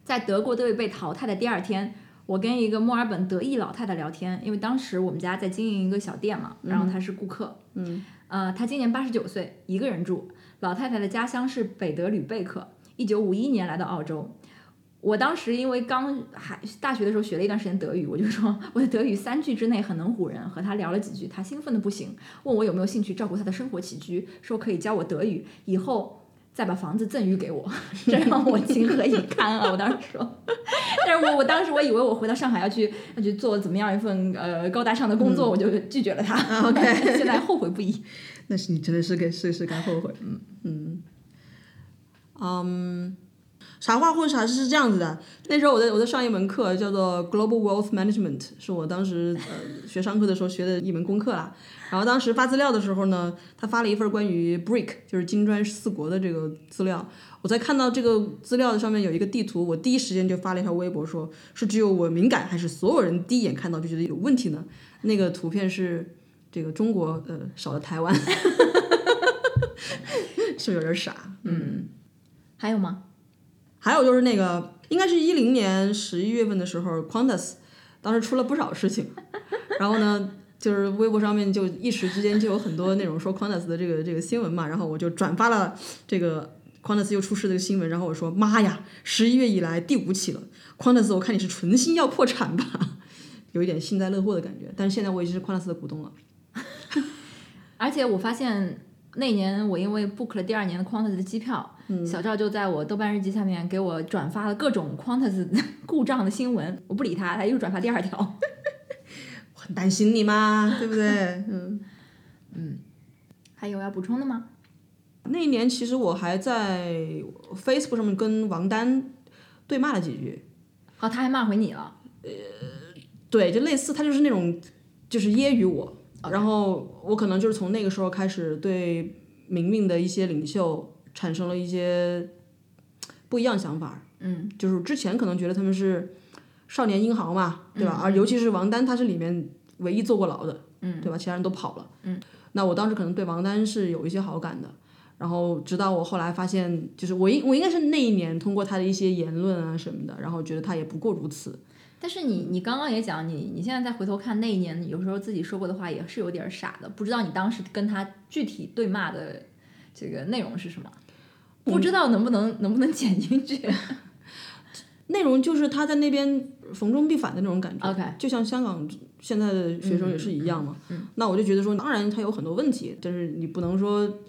在德国队被淘汰的第二天。我跟一个墨尔本德裔老太太聊天，因为当时我们家在经营一个小店嘛，然后她是顾客，嗯，呃，她今年八十九岁，一个人住。老太太的家乡是北德吕贝克，一九五一年来到澳洲。我当时因为刚还大学的时候学了一段时间德语，我就说我的德语三句之内很能唬人。和她聊了几句，她兴奋的不行，问我有没有兴趣照顾她的生活起居，说可以教我德语，以后再把房子赠予给我， 这让我情何以堪啊！我当时说，但是我我当时我以为我回到上海要去要去做怎么样一份呃高大上的工作，我就拒绝了她。 OK 现在后悔不已。那是你真的是该是是该后悔。嗯嗯嗯，傻话混傻事是这样子的。那时候我在我在上一门课叫做 Global Wealth Management，是我当时呃学商科的时候学的一门功课啦。然后当时发资料的时候呢，他发了一份关于 BRIC，就是金砖四国的这个资料。我在看到这个资料上面有一个地图，我第一时间就发了一条微博说，是只有我敏感，还是所有人第一眼看到就觉得有问题呢？那个图片是这个中国呃少了台湾， 是不是有点傻？还有吗？还有就是那个，应该是一零年十一月份的时候，Qantas 当时出了不少事情，然后呢，就是微博上面就一时之间就有很多那种说 Qantas 的这个这个新闻嘛，然后我就转发了这个 Qantas 又出事的新闻，然后我说妈呀，十一月以来第五起了，Qantas 我看你是存心要破产吧，有一点幸灾乐祸的感觉，但是现在我已经是 Qantas 的股东了，而且我发现那年我因为 book 了第二年的 Qantas 的机票，小赵就在我豆瓣日记下面给我转发了各种 Qantas 故障的 新闻，我不理他，他又转发第二条。我很担心你嘛，对不对？嗯。还有要补充的吗？那一年其实我还在 Facebook 上面跟王丹对骂了几句，好，他还骂回你了。对，就类似他就是那种就是揶揄我，然后我可能就是从那个时候开始对明明的一些领袖产生了一些不一样想法，嗯，就是之前可能觉得他们是少年英豪嘛，对吧？而尤其是王丹，他是里面唯一坐过牢的，嗯，对吧？其他人都跑了，嗯。那我当时可能对王丹是有一些好感的，然后直到我后来发现，就是我应我应该是那一年通过他的一些言论啊什么的，然后觉得他也不过如此，但是你你刚刚也讲，你你现在再回头看那一年，有时候自己说过的话也是有点傻的，不知道你当时跟他具体对骂的这个内容是什么，不知道能不能、能不能剪进去。内容就是他在那边逢中必反的那种感觉。 OK 嗯就像香港现在的学生也是一样嘛。那我就觉得说，当然他有很多问题，但是你不能说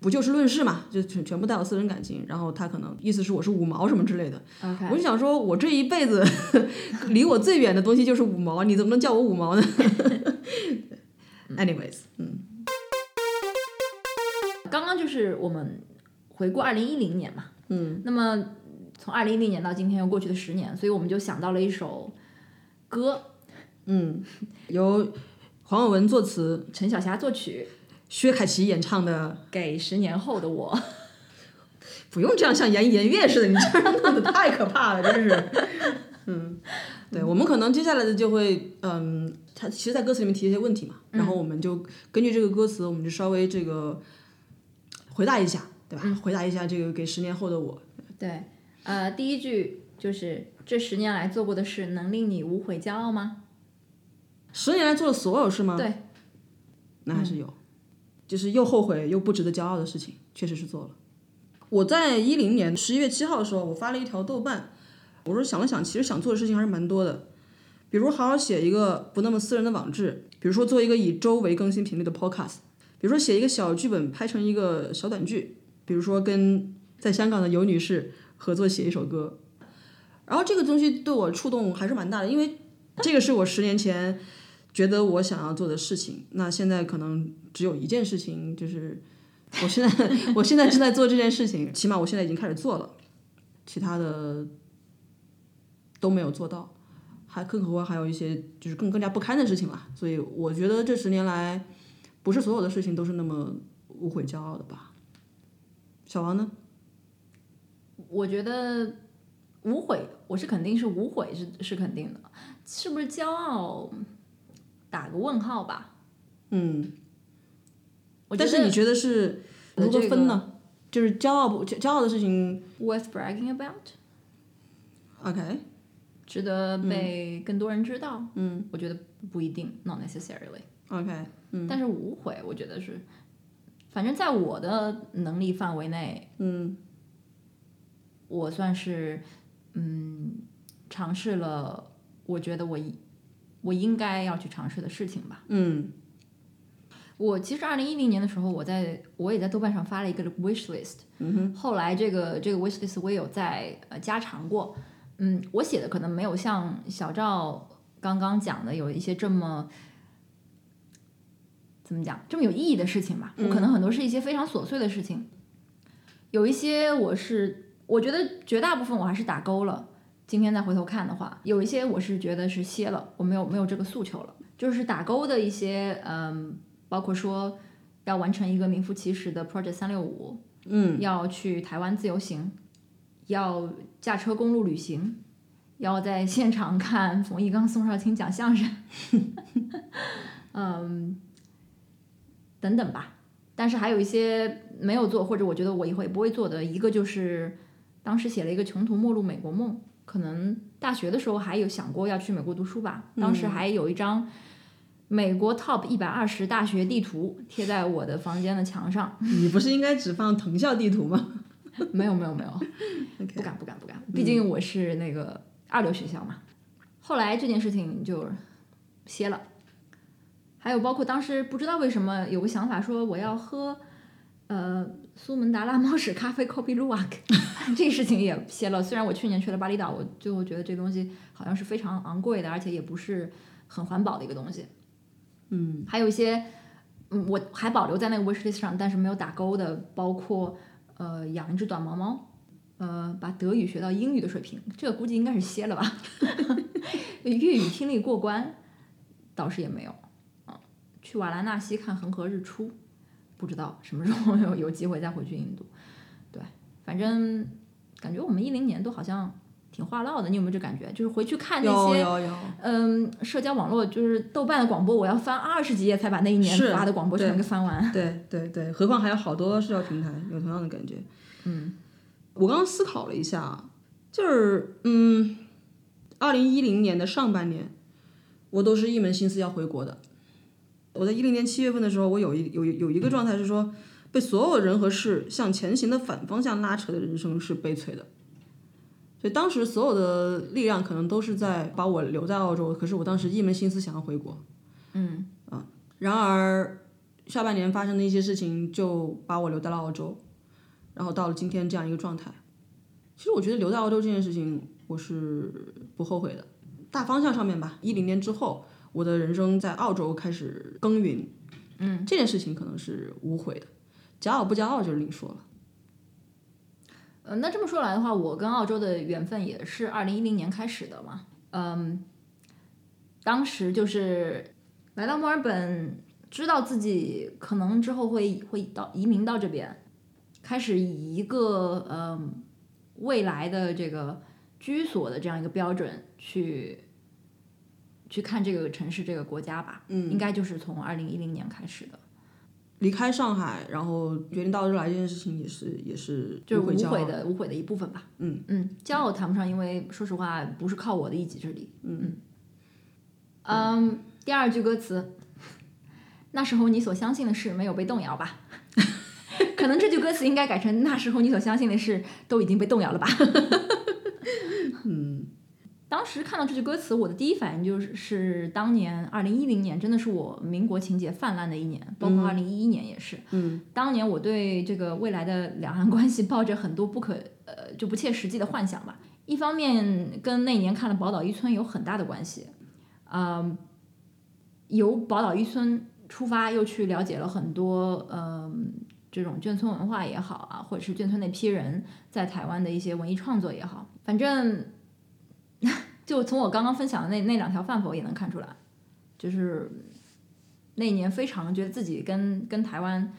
不就事论事嘛，就全全部带有私人感情。然后他可能意思是我是五毛什么之类的， OK，我就想说，我这一辈子离我最远的东西就是五毛，你怎么能叫我五毛呢？Anyways，嗯刚刚就是我们回顾二零一零年嘛，嗯，那么从二零一零年到今天又过去了十年，所以我们就想到了一首歌，嗯，由黄伟文作词，陈小霞作曲，薛凯琪演唱的给十年后的 我。不用这样像颜颜悦似的，你这样弄得太可怕了，真是。嗯，对，我们可能接下来的就会，嗯，他其实，在歌词里面提一些问题嘛，然后我们就根据这个歌词，我们就稍微这个回答一下，对吧？回答一下这个给十年后的我，对，呃，第一句就是这十年来做过的事，能令你无悔骄傲吗？十年来做的所有事吗？对，那还是有，就是又后悔又不值得骄傲的事情，确实是做了。我在一零年十一月七号的时候，我发了一条豆瓣，我说想了想，其实想做的事情还是蛮多的，比如好好写一个不那么私人的网志，比如说做一个以周为更新频率的 podcast，比如说写一个小剧本拍成一个小短剧，比如说跟在香港的尤女士合作写一首歌。然后这个东西对我触动还是蛮大的，因为这个是我十年前觉得我想要做的事情。那现在可能只有一件事情，就是我现在 我现在正在做这件事情，起码我现在已经开始做了，其他的都没有做到，还更何况还有一些就是更更加不堪的事情了。所以我觉得这十年来，不是所有的事情都是那么无悔骄傲的吧。小王呢？我觉得无悔，我是肯定是无悔是是肯定的，是不是骄傲？打个问号吧。嗯，我觉但得是你觉得是我如的何这分个呢？就是骄傲不骄骄傲的事情 worth bragging about， ，OK，值得被更多人知道。嗯，我觉得不一定，not necessarily。 OK，但是无悔，我觉得是，反正在我的能力范围内，嗯，我算是嗯尝试了，我觉得我一我应该要去尝试的事情吧。嗯我其实二零一零年的时候，我在我也在豆瓣上发了一个 wish list，、嗯、后来这个这个 wish list 我也有在呃加长过，嗯，我写的可能没有像小赵刚刚讲的有一些这么怎么讲这么有意义的事情吧，我可能很多是一些非常琐碎的事情，有一些我是我觉得绝大部分我还是打勾了。今天再回头看的话，有一些我是觉得是歇了，我没有没有这个诉求了，就是打勾的一些，嗯，包括说要完成一个名副其实的 Project 三六五，嗯，要去台湾自由行，要驾车公路旅行，要在现场看冯一刚、宋少卿讲相声，嗯，等等吧。但是还有一些没有做，或者我觉得我以后也不会做的，一个就是当时写了一个《穷途末路美国梦》。可能大学的时候还有想过要去美国读书吧，当时还有一张美国 Top 一百二十大学地图贴在我的房间的墙上， 你不是应该只放藤校地图吗没有没有没有，不？OK，敢不敢不敢，毕竟我是那个二流学校嘛。后来这件事情就歇了，还有包括当时不知道为什么有个想法说我要喝，呃，苏门答腊猫屎咖啡 Kopi Luwak，这个事情也歇了。虽然我去年去了巴厘岛，我最后觉得这东西好像是非常昂贵的，而且也不是很环保的一个东西。嗯，还有一些，嗯，我还保留在那个 wish list 上，但是没有打勾的，包括呃养一只短毛猫。呃，把德语学到英语的水平，这个估计应该是歇了吧。 粤语听力过关，倒是也没有。啊，去瓦拉纳西看恒河日出，不知道什么时候 有有机会再回去印度。对，反正感觉我们一零年都好像挺话唠的，你有没有这感觉？就是回去看那有些有有，嗯，社交网络就是豆瓣的广播，我要翻二十几页才把那一年是发的广播全给翻完。对对对，何况还有好多社交平台有同样的感觉。嗯，我刚刚思考了一下，啊就是嗯，二零一零年的上半年，我都是一门心思要回国的。我在一零年七月份的时候，我有一有一有一个状态是说，被所有人和事向前行的反方向拉扯的人生是悲催的。所以当时所有的力量可能都是在把我留在澳洲，可是我当时一门心思想要回国。嗯啊，然而下半年发生的一些事情就把我留在了澳洲，然后到了今天这样一个状态。其实我觉得留在澳洲这件事情，我是不后悔的。大方向上面吧，一零年之后，我的人生在澳洲开始耕耘，嗯，这件事情可能是无悔的。骄傲不骄傲就是另说了。呃，那这么说来的话，我跟澳洲的缘分也是二零一零年开始的嘛。嗯，当时就是来到墨尔本，知道自己可能之后会会到移民到这边，开始以一个嗯未来的这个居所的这样一个标准去去看这个城市、这个国家吧。嗯，应该就是从二零一零年开始的，离开上海，然后决定到这来这件事情也是也是就是无悔骄无傲悔的无悔的一部分吧。嗯嗯，骄傲谈不上，因为说实话不是靠我的一己之力。嗯嗯嗯，第二句歌词，那时候你所相信的事没有被动摇吧？ 可能这句歌词应该改成那时候你所相信的事都已经被动 摇了吧？嗯，当时看到这句歌词，我的第一反应就是是当年二零一零年真的是我民国情节泛滥的一年，包括二零一一年也是。当年我对这个未来的两岸关系抱着很多不可呃就不切实际的幻想吧。一方面跟那年看了《宝岛一村》有很大的关系，啊、由《宝岛一村》出发，又去了解了很多嗯、这种眷村文化也好啊，或者是眷村那批人在台湾的一些文艺创作也好，反正 就从我刚刚分享的那那两条饭否也能看出来，就是那一年非常觉得自己跟跟台湾。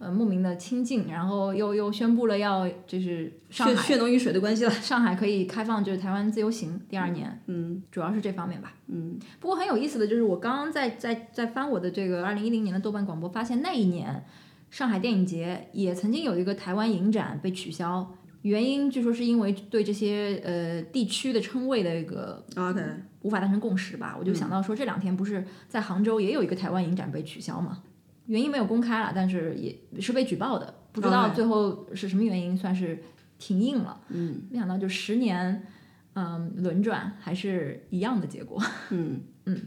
呃，莫名的亲近，然后又又宣布了要就是上海血血浓于水的关系了。上海可以开放，就是台湾自由行第二年，嗯主要是这方面吧。嗯不过很有意思的就是，我刚刚在在在翻我的这个二零一零年的豆瓣广播，发现那一年上海电影节也曾经有一个台湾影展被取消，原因据说是因为对这些呃地区的称谓的一个，OK，无法达成共识吧。我就嗯想到说，这两天不是在杭州也有一个台湾影展被取消嘛？原因没有公开了，但是也是被举报的，不知道 OK 最后是什么原因，算是停映了。嗯没想到就十年，嗯，轮转还是一样的结果。嗯嗯。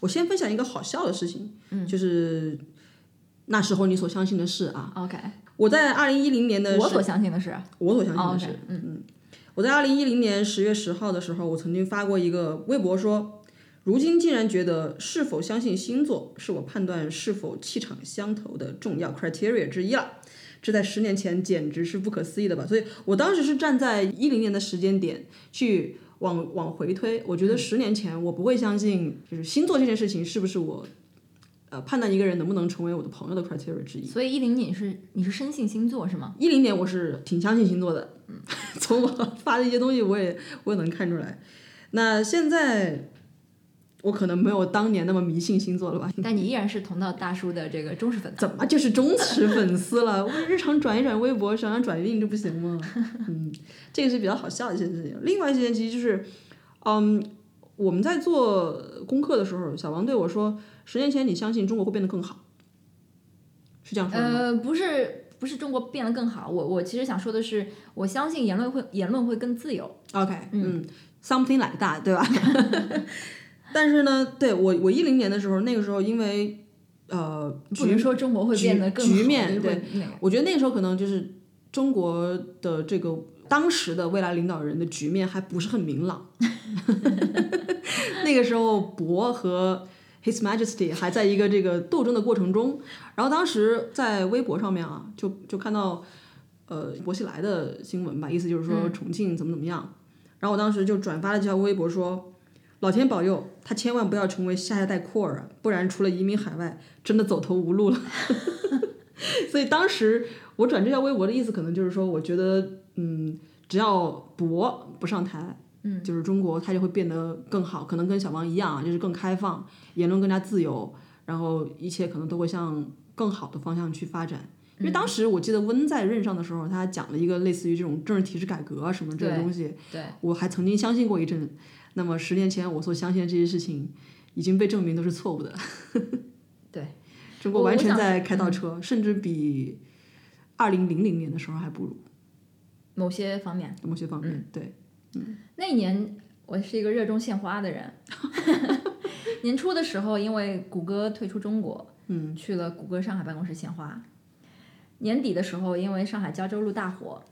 我先分享一个好笑的事情，嗯，就是那时候你所相信的事啊。 OK，我在二零一零年的我十所相信的是，啊我所相信的是哦，OK，嗯我在二零一零年十月十号的时候，我曾经发过一个微博说，如今竟然觉得是否相信星座是我判断是否气场相投的重要 criteria 之一了。这在十年前简直是不可思议的吧？所以我当时是站在一零年的时间点去往往回推，我嗯觉得十年前我不会相信，就是星座这件事情是不是我，呃，判断一个人能不能成为我的朋友的 criteria 之一。所以一零你是你是深信星座是吗？一零年我是挺相信星座的， 从我发的一些东西，我也我也能看出来。那现在我可能没有当年那么迷信星座了吧？但你依然是同道大叔的这个忠实粉怎么就是忠实粉丝了？我日常转一转微博，想想转运这不行吗？嗯，这个是比较好笑的一件事情。另外一件其实就是，嗯，我们在做功课的时候，小王对我说：“十年前你相信中国会变得更好，是这样说的吗？”呃，不是不是中国变得更好，我我其实想说的是，我相信言论会言论会更自由。 OK，嗯，something like that，对吧？ 但是呢，对我我一零年的时候，那个时候因为呃，不能说中国会局变得更好局面就是会那个我觉得那个时候可能就是中国的这个当时的未来领导人的局面还不是很明朗。 那个时候，博和 His Majesty 还在一个这个斗争的过程中。然后当时在微博上面啊，就就看到呃薄熙来的新闻吧，意思就是说重庆怎么怎么样。然后我当时就转发了这条微博说。老天保佑，他千万不要成为下一代库尔啊，不然除了移民海外，真的走投无路了。 所以当时我转这条微博的意思，可能就是说，我觉得，嗯，只要博不上台，嗯，就是中国它就会变得更好，可能跟小王一样啊，就是更开放，言论更加自由，然后一切可能都会向更好的方向去发展。因为当时我记得温在任上的时候，他讲了一个类似于这种政治体制改革啊什么这个对东西，对，我还曾经相信过一阵。那么十年前我所相信的这些事情，已经被证明都是错误的。 对，中国我完我全想嗯在开倒车，甚至比二零零零年的时候还不如某些方面，某些方面。嗯对，那一年我是一个热衷献花的 人。年初的时候，因为谷歌退出中国，嗯，去了谷歌上海办公室献花。年底的时候，因为上海胶州路大火，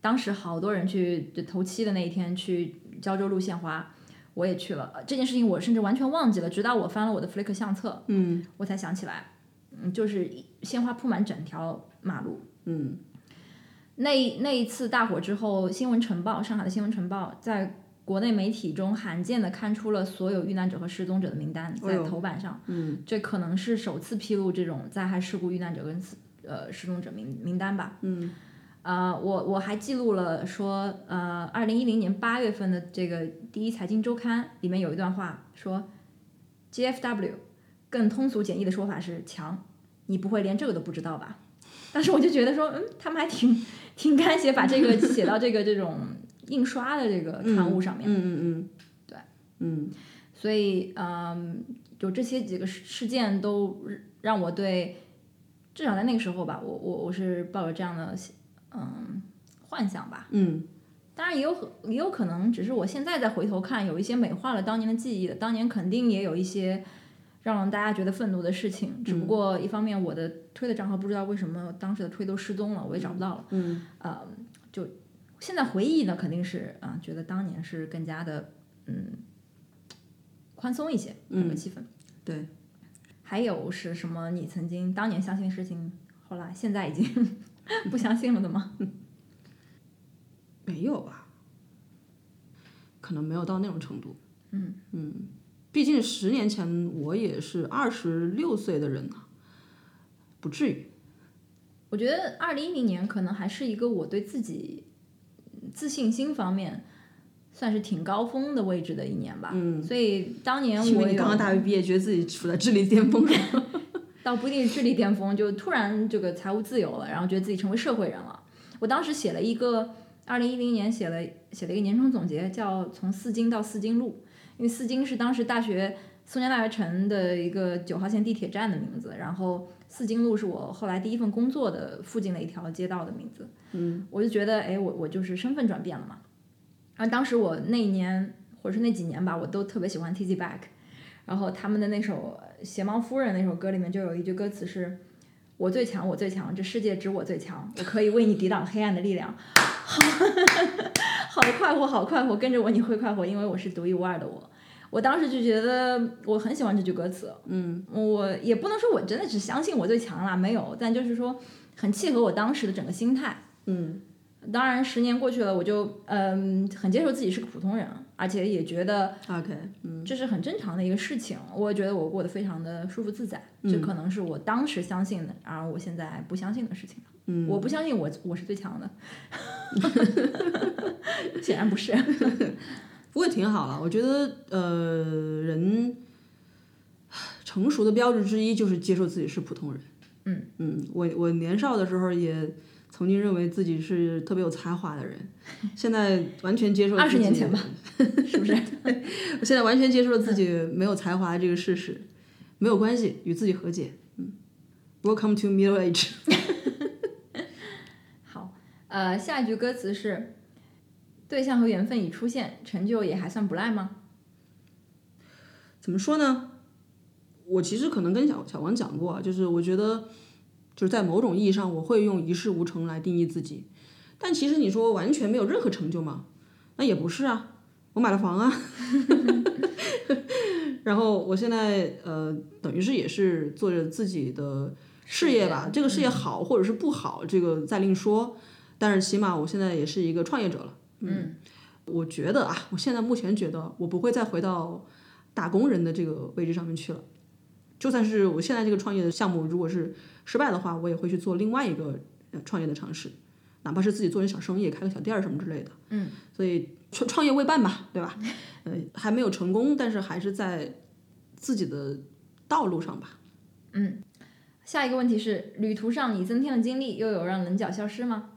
当时好多人去就头七的那一天去胶州路献花，我也去了。呃这件事情我甚至完全忘记了，直到我翻了我的 Flickr 相册，嗯，我才想起来，嗯，就是一鲜花铺满整条马路，嗯，那那一次大火之后，新闻晨报，上海的新闻晨报在国内媒体中罕见的刊出了所有遇难者和失踪者的名单，哎在呦头版上，嗯，这可能是首次披露这种灾害事故遇难者跟死呃失踪者名名单吧，嗯，呃，我我还记录了说，呃，二零一零年八月份的这个第一财经周刊里面有一段话说，GFW，更通俗简易的说法是强，你不会连这个都不知道吧？当时我就觉得说，嗯，他们还挺挺敢写把这个写到这个这种印刷的这个刊物上面。嗯嗯嗯，对，嗯所以，嗯，有这些几个事事件都让我对，至少在那个时候吧，我我我是抱有这样的嗯幻想吧。嗯当然也有可也有可能，只是我现在再回头看，有一些美化了当年的记忆的。当年肯定也有一些让大家觉得愤怒的事情，只不过一方面我的推的账号不知道为什么当时的推都失踪了，我也找不到了。嗯呃，就现在回忆呢，肯定是啊，觉得当年是更加的嗯宽松一些，嗯，气氛。对，还有是什么？你曾经当年相信的事情，后来现在已经 不相信了的吗？没有吧？可能没有到那种程度。嗯毕竟十年前我也是二十六岁的人啊，不至于。我觉得二零一零年可能还是一个我对自己嗯自信心方面算是挺高峰的位置的一年吧。嗯，所以当年因我为你有刚刚大学毕业，觉得自己处在智力 巅峰上。倒不一定是智力巅峰，就突然这个财务自由了，然后觉得自己成为社会人了。我当时写了一个二零一零年写了写了一个年终总结，叫《从四京到四京路》，因为四京是当时大学松江大学城的一个九号线地铁站的名字，然后四京路是我后来第一份工作的附近的一条街道的名字。嗯，我就觉得，哎，我我就是身份转变了嘛。然后当时我那一年或者是那几年吧，我都特别喜欢 T G Back。然后他们的那首《鞋猫夫人》那首歌里面就有一句歌词是“我最强，我最强，这世界只我最强，我可以为你抵挡黑暗的力量。” 好，好快活，好快活，跟着我你会快活，因为我是独一无二的我。我当时就觉得我很喜欢这句歌词，嗯，我也不能说我真的只相信我最强啦，没有，但就是说很契合我当时的整个心态。嗯当然，十年过去了，我就嗯很接受自己是个普通人，而且也觉得，OK，嗯这是很正常的一个事情。我觉得我过得非常的舒服自在，嗯这可能是我当时相信的，而我现在不相信的事情。嗯，我不相信我我是最强 的， 显然不是。不过也挺好了。我觉得，呃，人成熟的标志之一就是接受自己是普通人。嗯嗯，我我年少的时候也曾经认为自己是特别有才华的 人，现在完全 接受20自己年前吧， 是不是？我现在完全接受了自己嗯没有才华这个事实，没有关系，与自己和解。嗯，Welcome to middle age。好，呃，下一句歌词是：对象和缘分已出现，成就也还算不赖吗？怎么说呢？我其实可能跟小小王讲过啊，就是我觉得，就是在某种意义上，我会用一事无成来定义自己。但其实你说完全没有任何成就嘛，那也不是啊。我买了房啊， 然后我现在呃，等于是也是做着自己的事业嗯吧。这个事业好或者是不好，这个再另说。但是起码我现在也是一个创业者了。嗯，我觉得啊，我现在目前觉得我不会再回到打工人的这个位置上面去了。就算是我现在这个创业的项目，如果是失败的话，我也会去做另外一个呃创业的尝试，哪怕是自己做点小生意，开个小店儿什么之类的。嗯，所以创创业未半吧，对吧？ 呃，还没有成功，但是还是在自己的道路上吧。下一个问题是：旅途上你增添了经历，又有让棱角消失吗？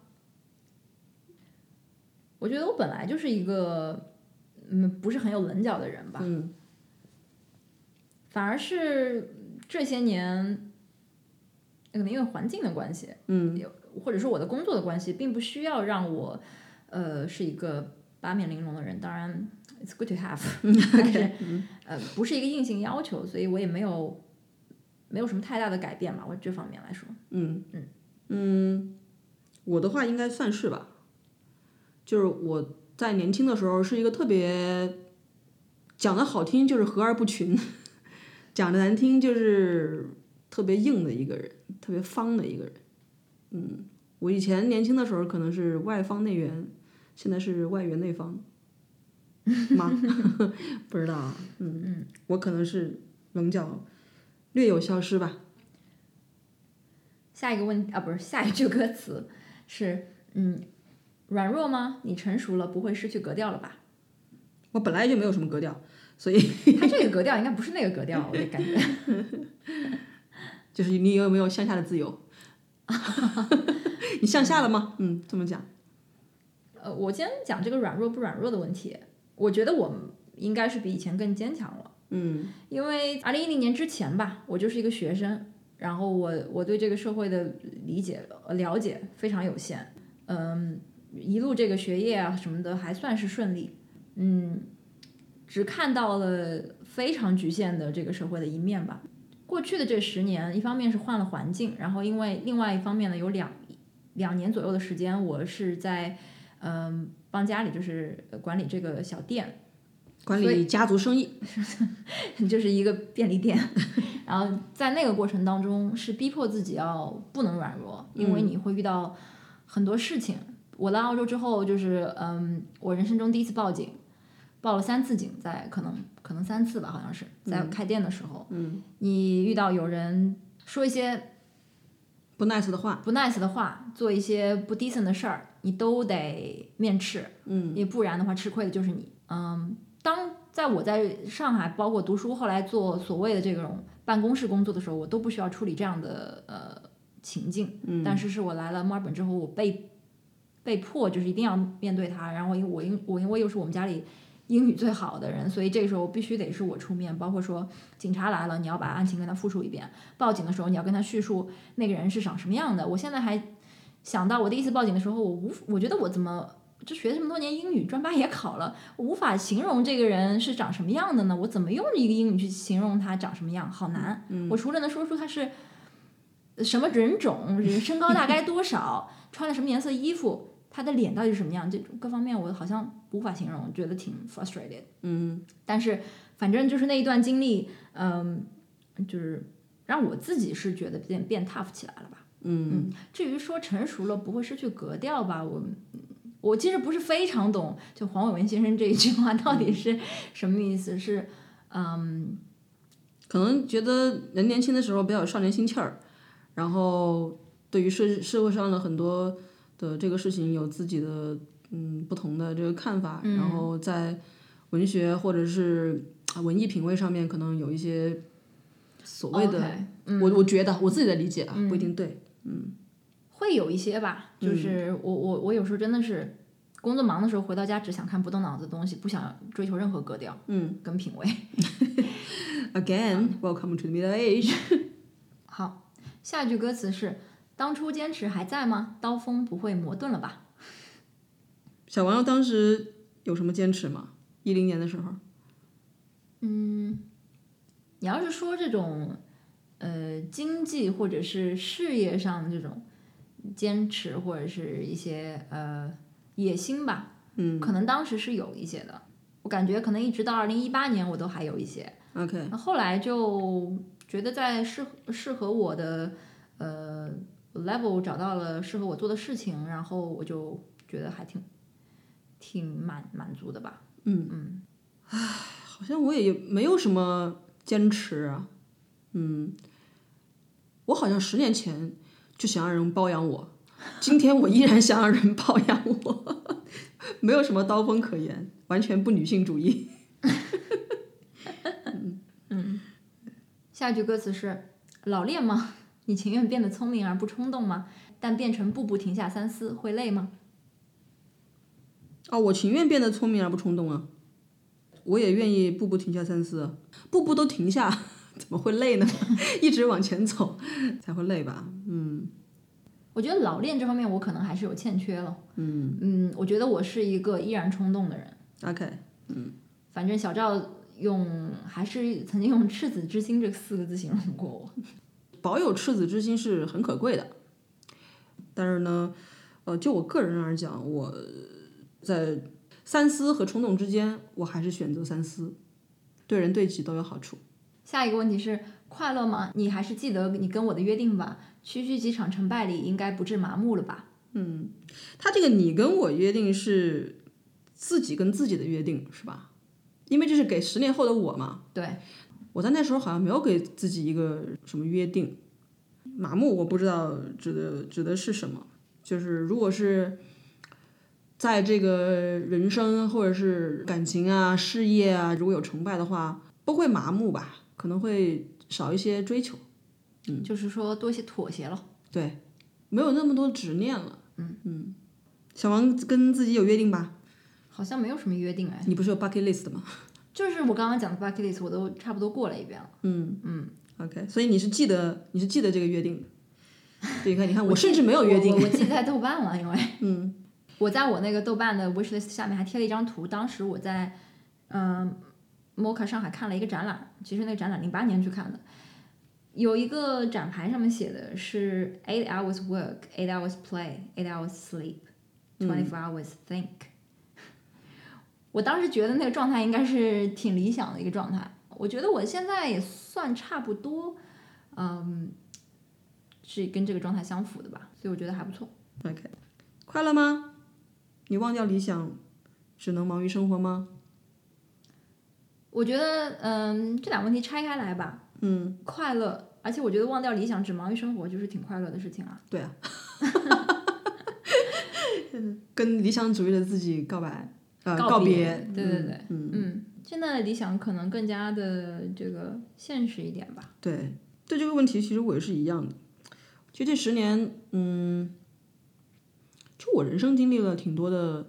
我觉得我本来就是一个，嗯，不是很有棱角的人吧。嗯反而是这些年，可能因为环境的关系，嗯或者说我的工作的关系，并不需要让我，呃，是一个八面玲珑的人。当然，it's good to have，但嗯是呃，不是一个硬性要求，所以我也没有没有什么太大的改变吧。我这方面来说，嗯嗯嗯，我的话应该算是吧，就是我在年轻的时候是一个特别讲的好听就是和而不群， 讲的难听就是特别硬的一个人，特别方的一个人。嗯，我以前年轻的时候可能是外方内圆，现在是外圆内方吗？ 不知道啊，嗯嗯，我可能是棱角略有消失吧。下一个问啊，不是下一句歌词是嗯，软弱吗？你成熟了，不会失去格调了吧？我本来就没有什么格调，所以他这个格调应该不是那个格调，我就感觉。就是你有没有向下的自由？ 你向下了吗？嗯，这么讲？呃，我今天讲这个软弱不软弱的问题，我觉得我应该是比以前更坚强了，嗯因为二零一零年之前吧，我就是一个学生，然后我我对这个社会的理解呃了解非常有限，嗯，一路这个学业啊什么的还算是顺利，嗯，只看到了非常局限的这个社会的一面吧。过去的这十年，一方面是换了环境，然后因为另外一方面呢，有两两年左右的时间，我是在嗯、帮家里就是呃管理这个小店， 管理家族生意，就是一个便利店。 然后在那个过程当中，是逼迫自己要不能软弱，因为你会遇到很多事情。我来澳洲之后，就是嗯，我人生中第一次报警，报了三次警，在可能可能三次吧，好像是在开店的时候，嗯，你遇到有人说一些不 nice 的话，不 nice 的话，做一些不 decent 的事儿，你都得面斥，嗯，也不然的话，吃亏的就是你。嗯，当在我在上海，包括读书，后来做所谓的这种办公室工作的时候，我都不需要处理这样的呃情境，嗯，但是是我来了墨尔本之后，我被被迫就是一定要面对它，然后因为我因我因为又是我们家里。英语最好的人，所以这个时候必须得是我出面，包括说警察来了，你要把案情跟他复述一遍；报警的时候，你要跟他叙述那个人是长什么样的。我现在还想到我第一次报警的时候，我无我觉得我怎么就学这么多年英语，专八也考了，我无法形容这个人是长什么样的呢？我怎么用一个英语去形容他长什么样？好难。我除了能说出他是什么人种、身高大概多少、穿的什么颜色衣服。他的脸到底是什么样？这种各方面我好像无法形容，觉得挺 frustrated。嗯，但是反正就是那一段经历，嗯，就是让我自己是觉得变变 tough 起来了吧。嗯至于说成熟了不会失去格调吧，我我其实不是非常懂，就黄伟文先生这一句话到底嗯是什么意思？是嗯，可能觉得人年轻的时候比较有少年心气儿，然后对于社社会上的很多的这个事情有自己的嗯不同的这个看法，然后在文学或者是啊文艺品味上面可能有一些所谓的 OK，我我觉得我自己的理解啊、不一定对，会有一些吧，嗯就是我我我有时候真的是工作忙的时候回到家只想看不动脑子的东西，不想追求任何格调，嗯，跟品味。 Again, welcome to the middle age 好，下一句歌词是：当初坚持还在吗？刀锋不会磨钝了吧？小王当时有什么坚持吗？一零年的时候，你要是说这种，呃，经济或者是事业上的这种坚持，或者是一些呃野心吧，嗯，可能当时是有一些的。我感觉可能一直到二零一八年，我都还有一些。 OK，那后来就觉得在适适合我的呃 level 找到了适合我做的事情，然后我就觉得还挺挺满满足的吧。好像我也没有什么坚持啊，嗯，我好像十年前就想让人包养我，今天我依然想让人包养我， 没有什么刀锋可言，完全不女性主义。下一句歌词是：老练吗？ 你情愿变得聪明而不冲动吗？但变成步步停下三思会累吗？哦，我情愿变得聪明而不冲动啊，我也愿意步步停下三思啊，步步都停下， 怎么会累呢？ 一直往前走 才会累吧？嗯我觉得老练这方面我可能还是有欠缺了。嗯嗯，我觉得我是一个依然冲动的人。 OK，反正小赵用还是曾经用“赤子之心”这四个字形容过我。保有赤子之心是很可贵的。但是呢，呃，就我个人而讲，我在三思和冲动之间，我还是选择三思，对人对己都有好处。下一个问题是快乐吗？你还是记得你跟我的约定吧。区区几场成败里，应该不致麻木了吧？他这个你跟我约定是自己跟自己的约定，是吧？因为这是给十年后的我嘛。对，我在那时候好像没有给自己一个什么约定，麻木我不知道指的指的是什么，就是如果是在这个人生或者是感情啊、事业啊，如果有成败的话，不会麻木吧，可能会少一些追求，就是说多一些妥协了。对，没有那么多执念了。嗯嗯，小王跟自己有约定吧？好像没有什么约定哎，你不是有 bucket list 吗就是我刚刚讲的 bucket list，我都差不多过了一遍了。 ？OK，所以你是记得你是记得这个约定的。对，你看，你哎看，我甚至没有约定我。我我记在豆瓣了，因 为嗯，我在我那个豆瓣的 wish list 下面还贴了一张图，当时我在嗯 Mocha 上海看了一个展览，其实那个展览零八年去看的，有一个展牌上面写的是 eight hours work, eight hours play, eight hours sleep，嗯 twenty four hours think。我当时觉得那个状态应该是挺理想的一个状态，我觉得我现在也算差不多，嗯，是跟这个状态相符的吧，所以我觉得还不错。 OK，快乐吗？你忘掉理想，只能忙于生活吗？我觉得，嗯，这两个问题拆开来吧，嗯，快乐，而且我觉得忘掉理想，只忙于生活，就是挺快乐的事情啊。对啊，跟理想主义的自己告白，呃，啊告别，对对对，嗯嗯，现在的理想可能更加的这个现实一点吧。对，对这个问题，其实我也是一样的。其实这十年，嗯，就我人生经历了挺多的。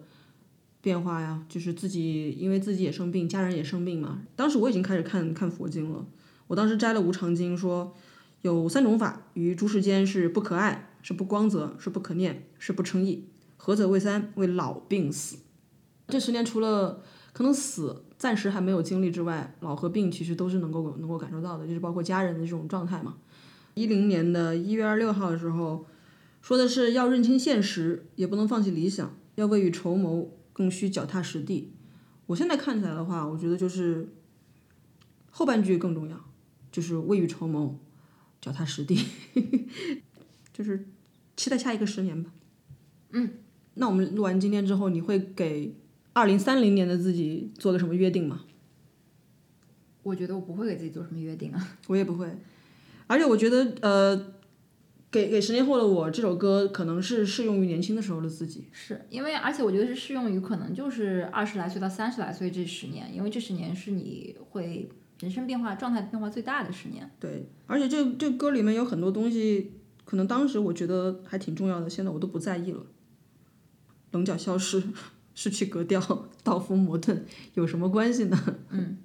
变化呀，就是自己因为自己也生病，家人也生病嘛。当时我已经开始看看佛经了，我当时摘了无常经说，说有三种法于诸世间是不可爱，是不光泽，是不可念，是不称意。何者为三？为老病死。这十年除了可能死暂时还没有经历之外，老和病其实都是能够能够感受到的，就是包括家人的这种状态嘛。一零年的一月二十六号的时候，说的是要认清现实，也不能放弃理想，要未雨绸缪。更需脚踏实地。我现在看起来的话，我觉得就是后半句更重要，就是未雨绸缪，脚踏实地， 就是期待下一个十年吧。嗯，那我们录完今天之后，你会给二零三零年的自己做个什么约定吗？我觉得我不会给自己做什么约定啊， 我也不会。而且我觉得，呃。给给十年后的我，这首歌可能是适用于年轻的时候的自己，是因为，而且我觉得是适用于可能就是二十来岁到三十来岁这十年，因为这十年是你会人生变化、状态变化最大的十年。对，而且这这歌里面有很多东西，可能当时我觉得还挺重要的，现在我都不在意了。棱角消失， 失去格调，道夫矛盾，有什么关系呢？ 嗯，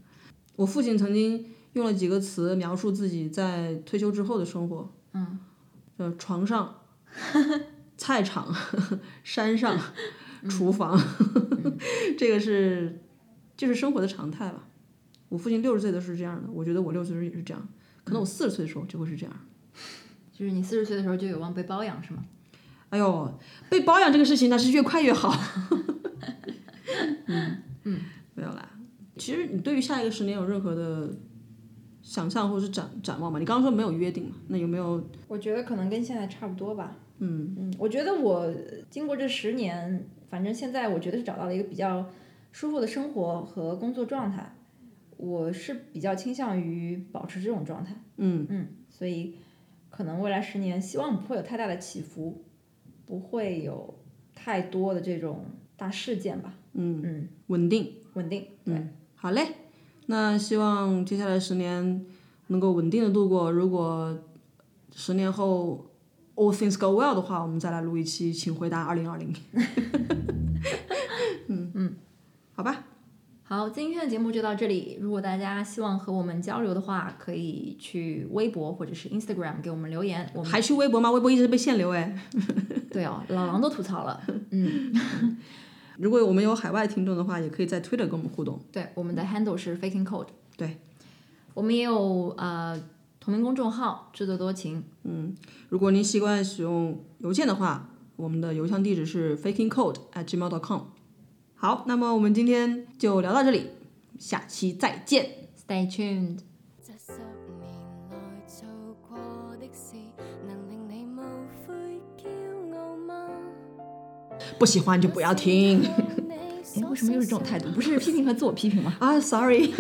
我父亲曾经用了几个词描述自己在退休之后的生活。嗯。呃，床上、 菜场、 山上、嗯厨房， 这个是就是生活的常态吧。我父亲六十岁的时候是这样的，我觉得我六十岁也是这样，可能我四十岁的时候就会是这样。就是你四十岁的时候就有望被包养是吗？哎呦，被包养这个事情那是越快越 好。嗯嗯，没有啦。其实你对于下一个十年有任何的？想象或是展展望嘛？你刚刚说没有约定嘛？那有没有？我觉得可能跟现在差不多吧。嗯嗯，我觉得我经过这十年，反正现在我觉得是找到了一个比较舒服的生活和工作状态。我是比较倾向于保持这种状态。嗯嗯，所以可能未来十年，希望不会有太大的起伏，不会有太多的这种大事件吧。嗯嗯，稳定。稳定。对，嗯、好嘞。那希望接下来十年能够稳定的度过。如果十年后 all things go well 的话，我们再来录一期《请回答二零二零》。 嗯嗯，好吧，好，今天的节目就到这里。如果大家希望和我们交流的话，可以去微博或者是 Instagram 给我们留言。我们还去微博吗？微博一直被限流哎。 对哦，老狼都吐槽了。如果我们有海外听众的话，也可以在 Twitter 跟我们互动。对，我们的 handle 是 faking code。对，我们也有呃同名公众号“智多多情嗯，如果您习惯使用邮件的话，我们的邮箱地址是 fakingcode at gmail.com。好，那么我们今天就聊到这里，下期再见。” Stay tuned。这十年来做過的事，能令你無悔驕傲嗎？不喜欢就不要听哎，为什么又是这种态度？不是批评和自我批评吗？啊，sorry。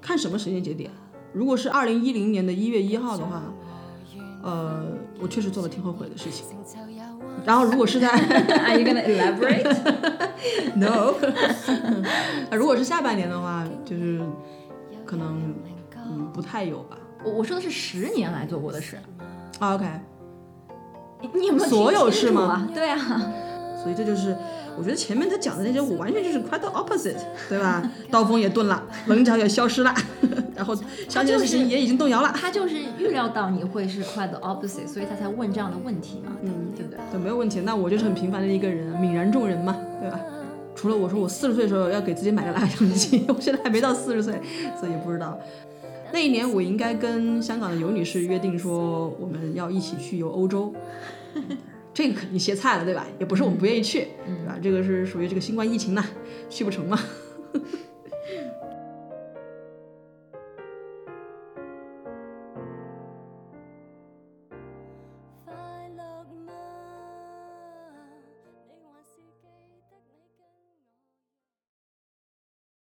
看 什么时间节点？如果是二零一零年的一月一号的话，呃，我确实做了挺后悔的事情。成就也幻然后如果是在 Are you gonna elaborate？ no，如果是下半年的话，就是可能靈覺嗯不太有吧。我我说的是十年来做过的事，啊 OK， 你你有没有听所有清事楚吗啊？对 啊，所以这就是我觉得前面他讲的那些，我完全就是 quite the opposite，对吧？刀锋也钝了，棱角也消失了， 然后相信的事情也已经动摇了，他就是预料到你会是快的 opposite，所以他才问这样的问题嘛，嗯，对不对？对，没有问题。那我就是很平凡的一个人，泯然众人嘛，对吧？除了我说我四十岁的时候要给自己买个蜡像机， 我现在还没到四十岁，所以不知道。那一年我应该跟香港的尤女士约定说，我们要一起去游欧洲。嗯这个你歇菜了，对吧？也不是我们不愿意去，对吧？这个是属于这个新冠疫情呐，去不成嘛。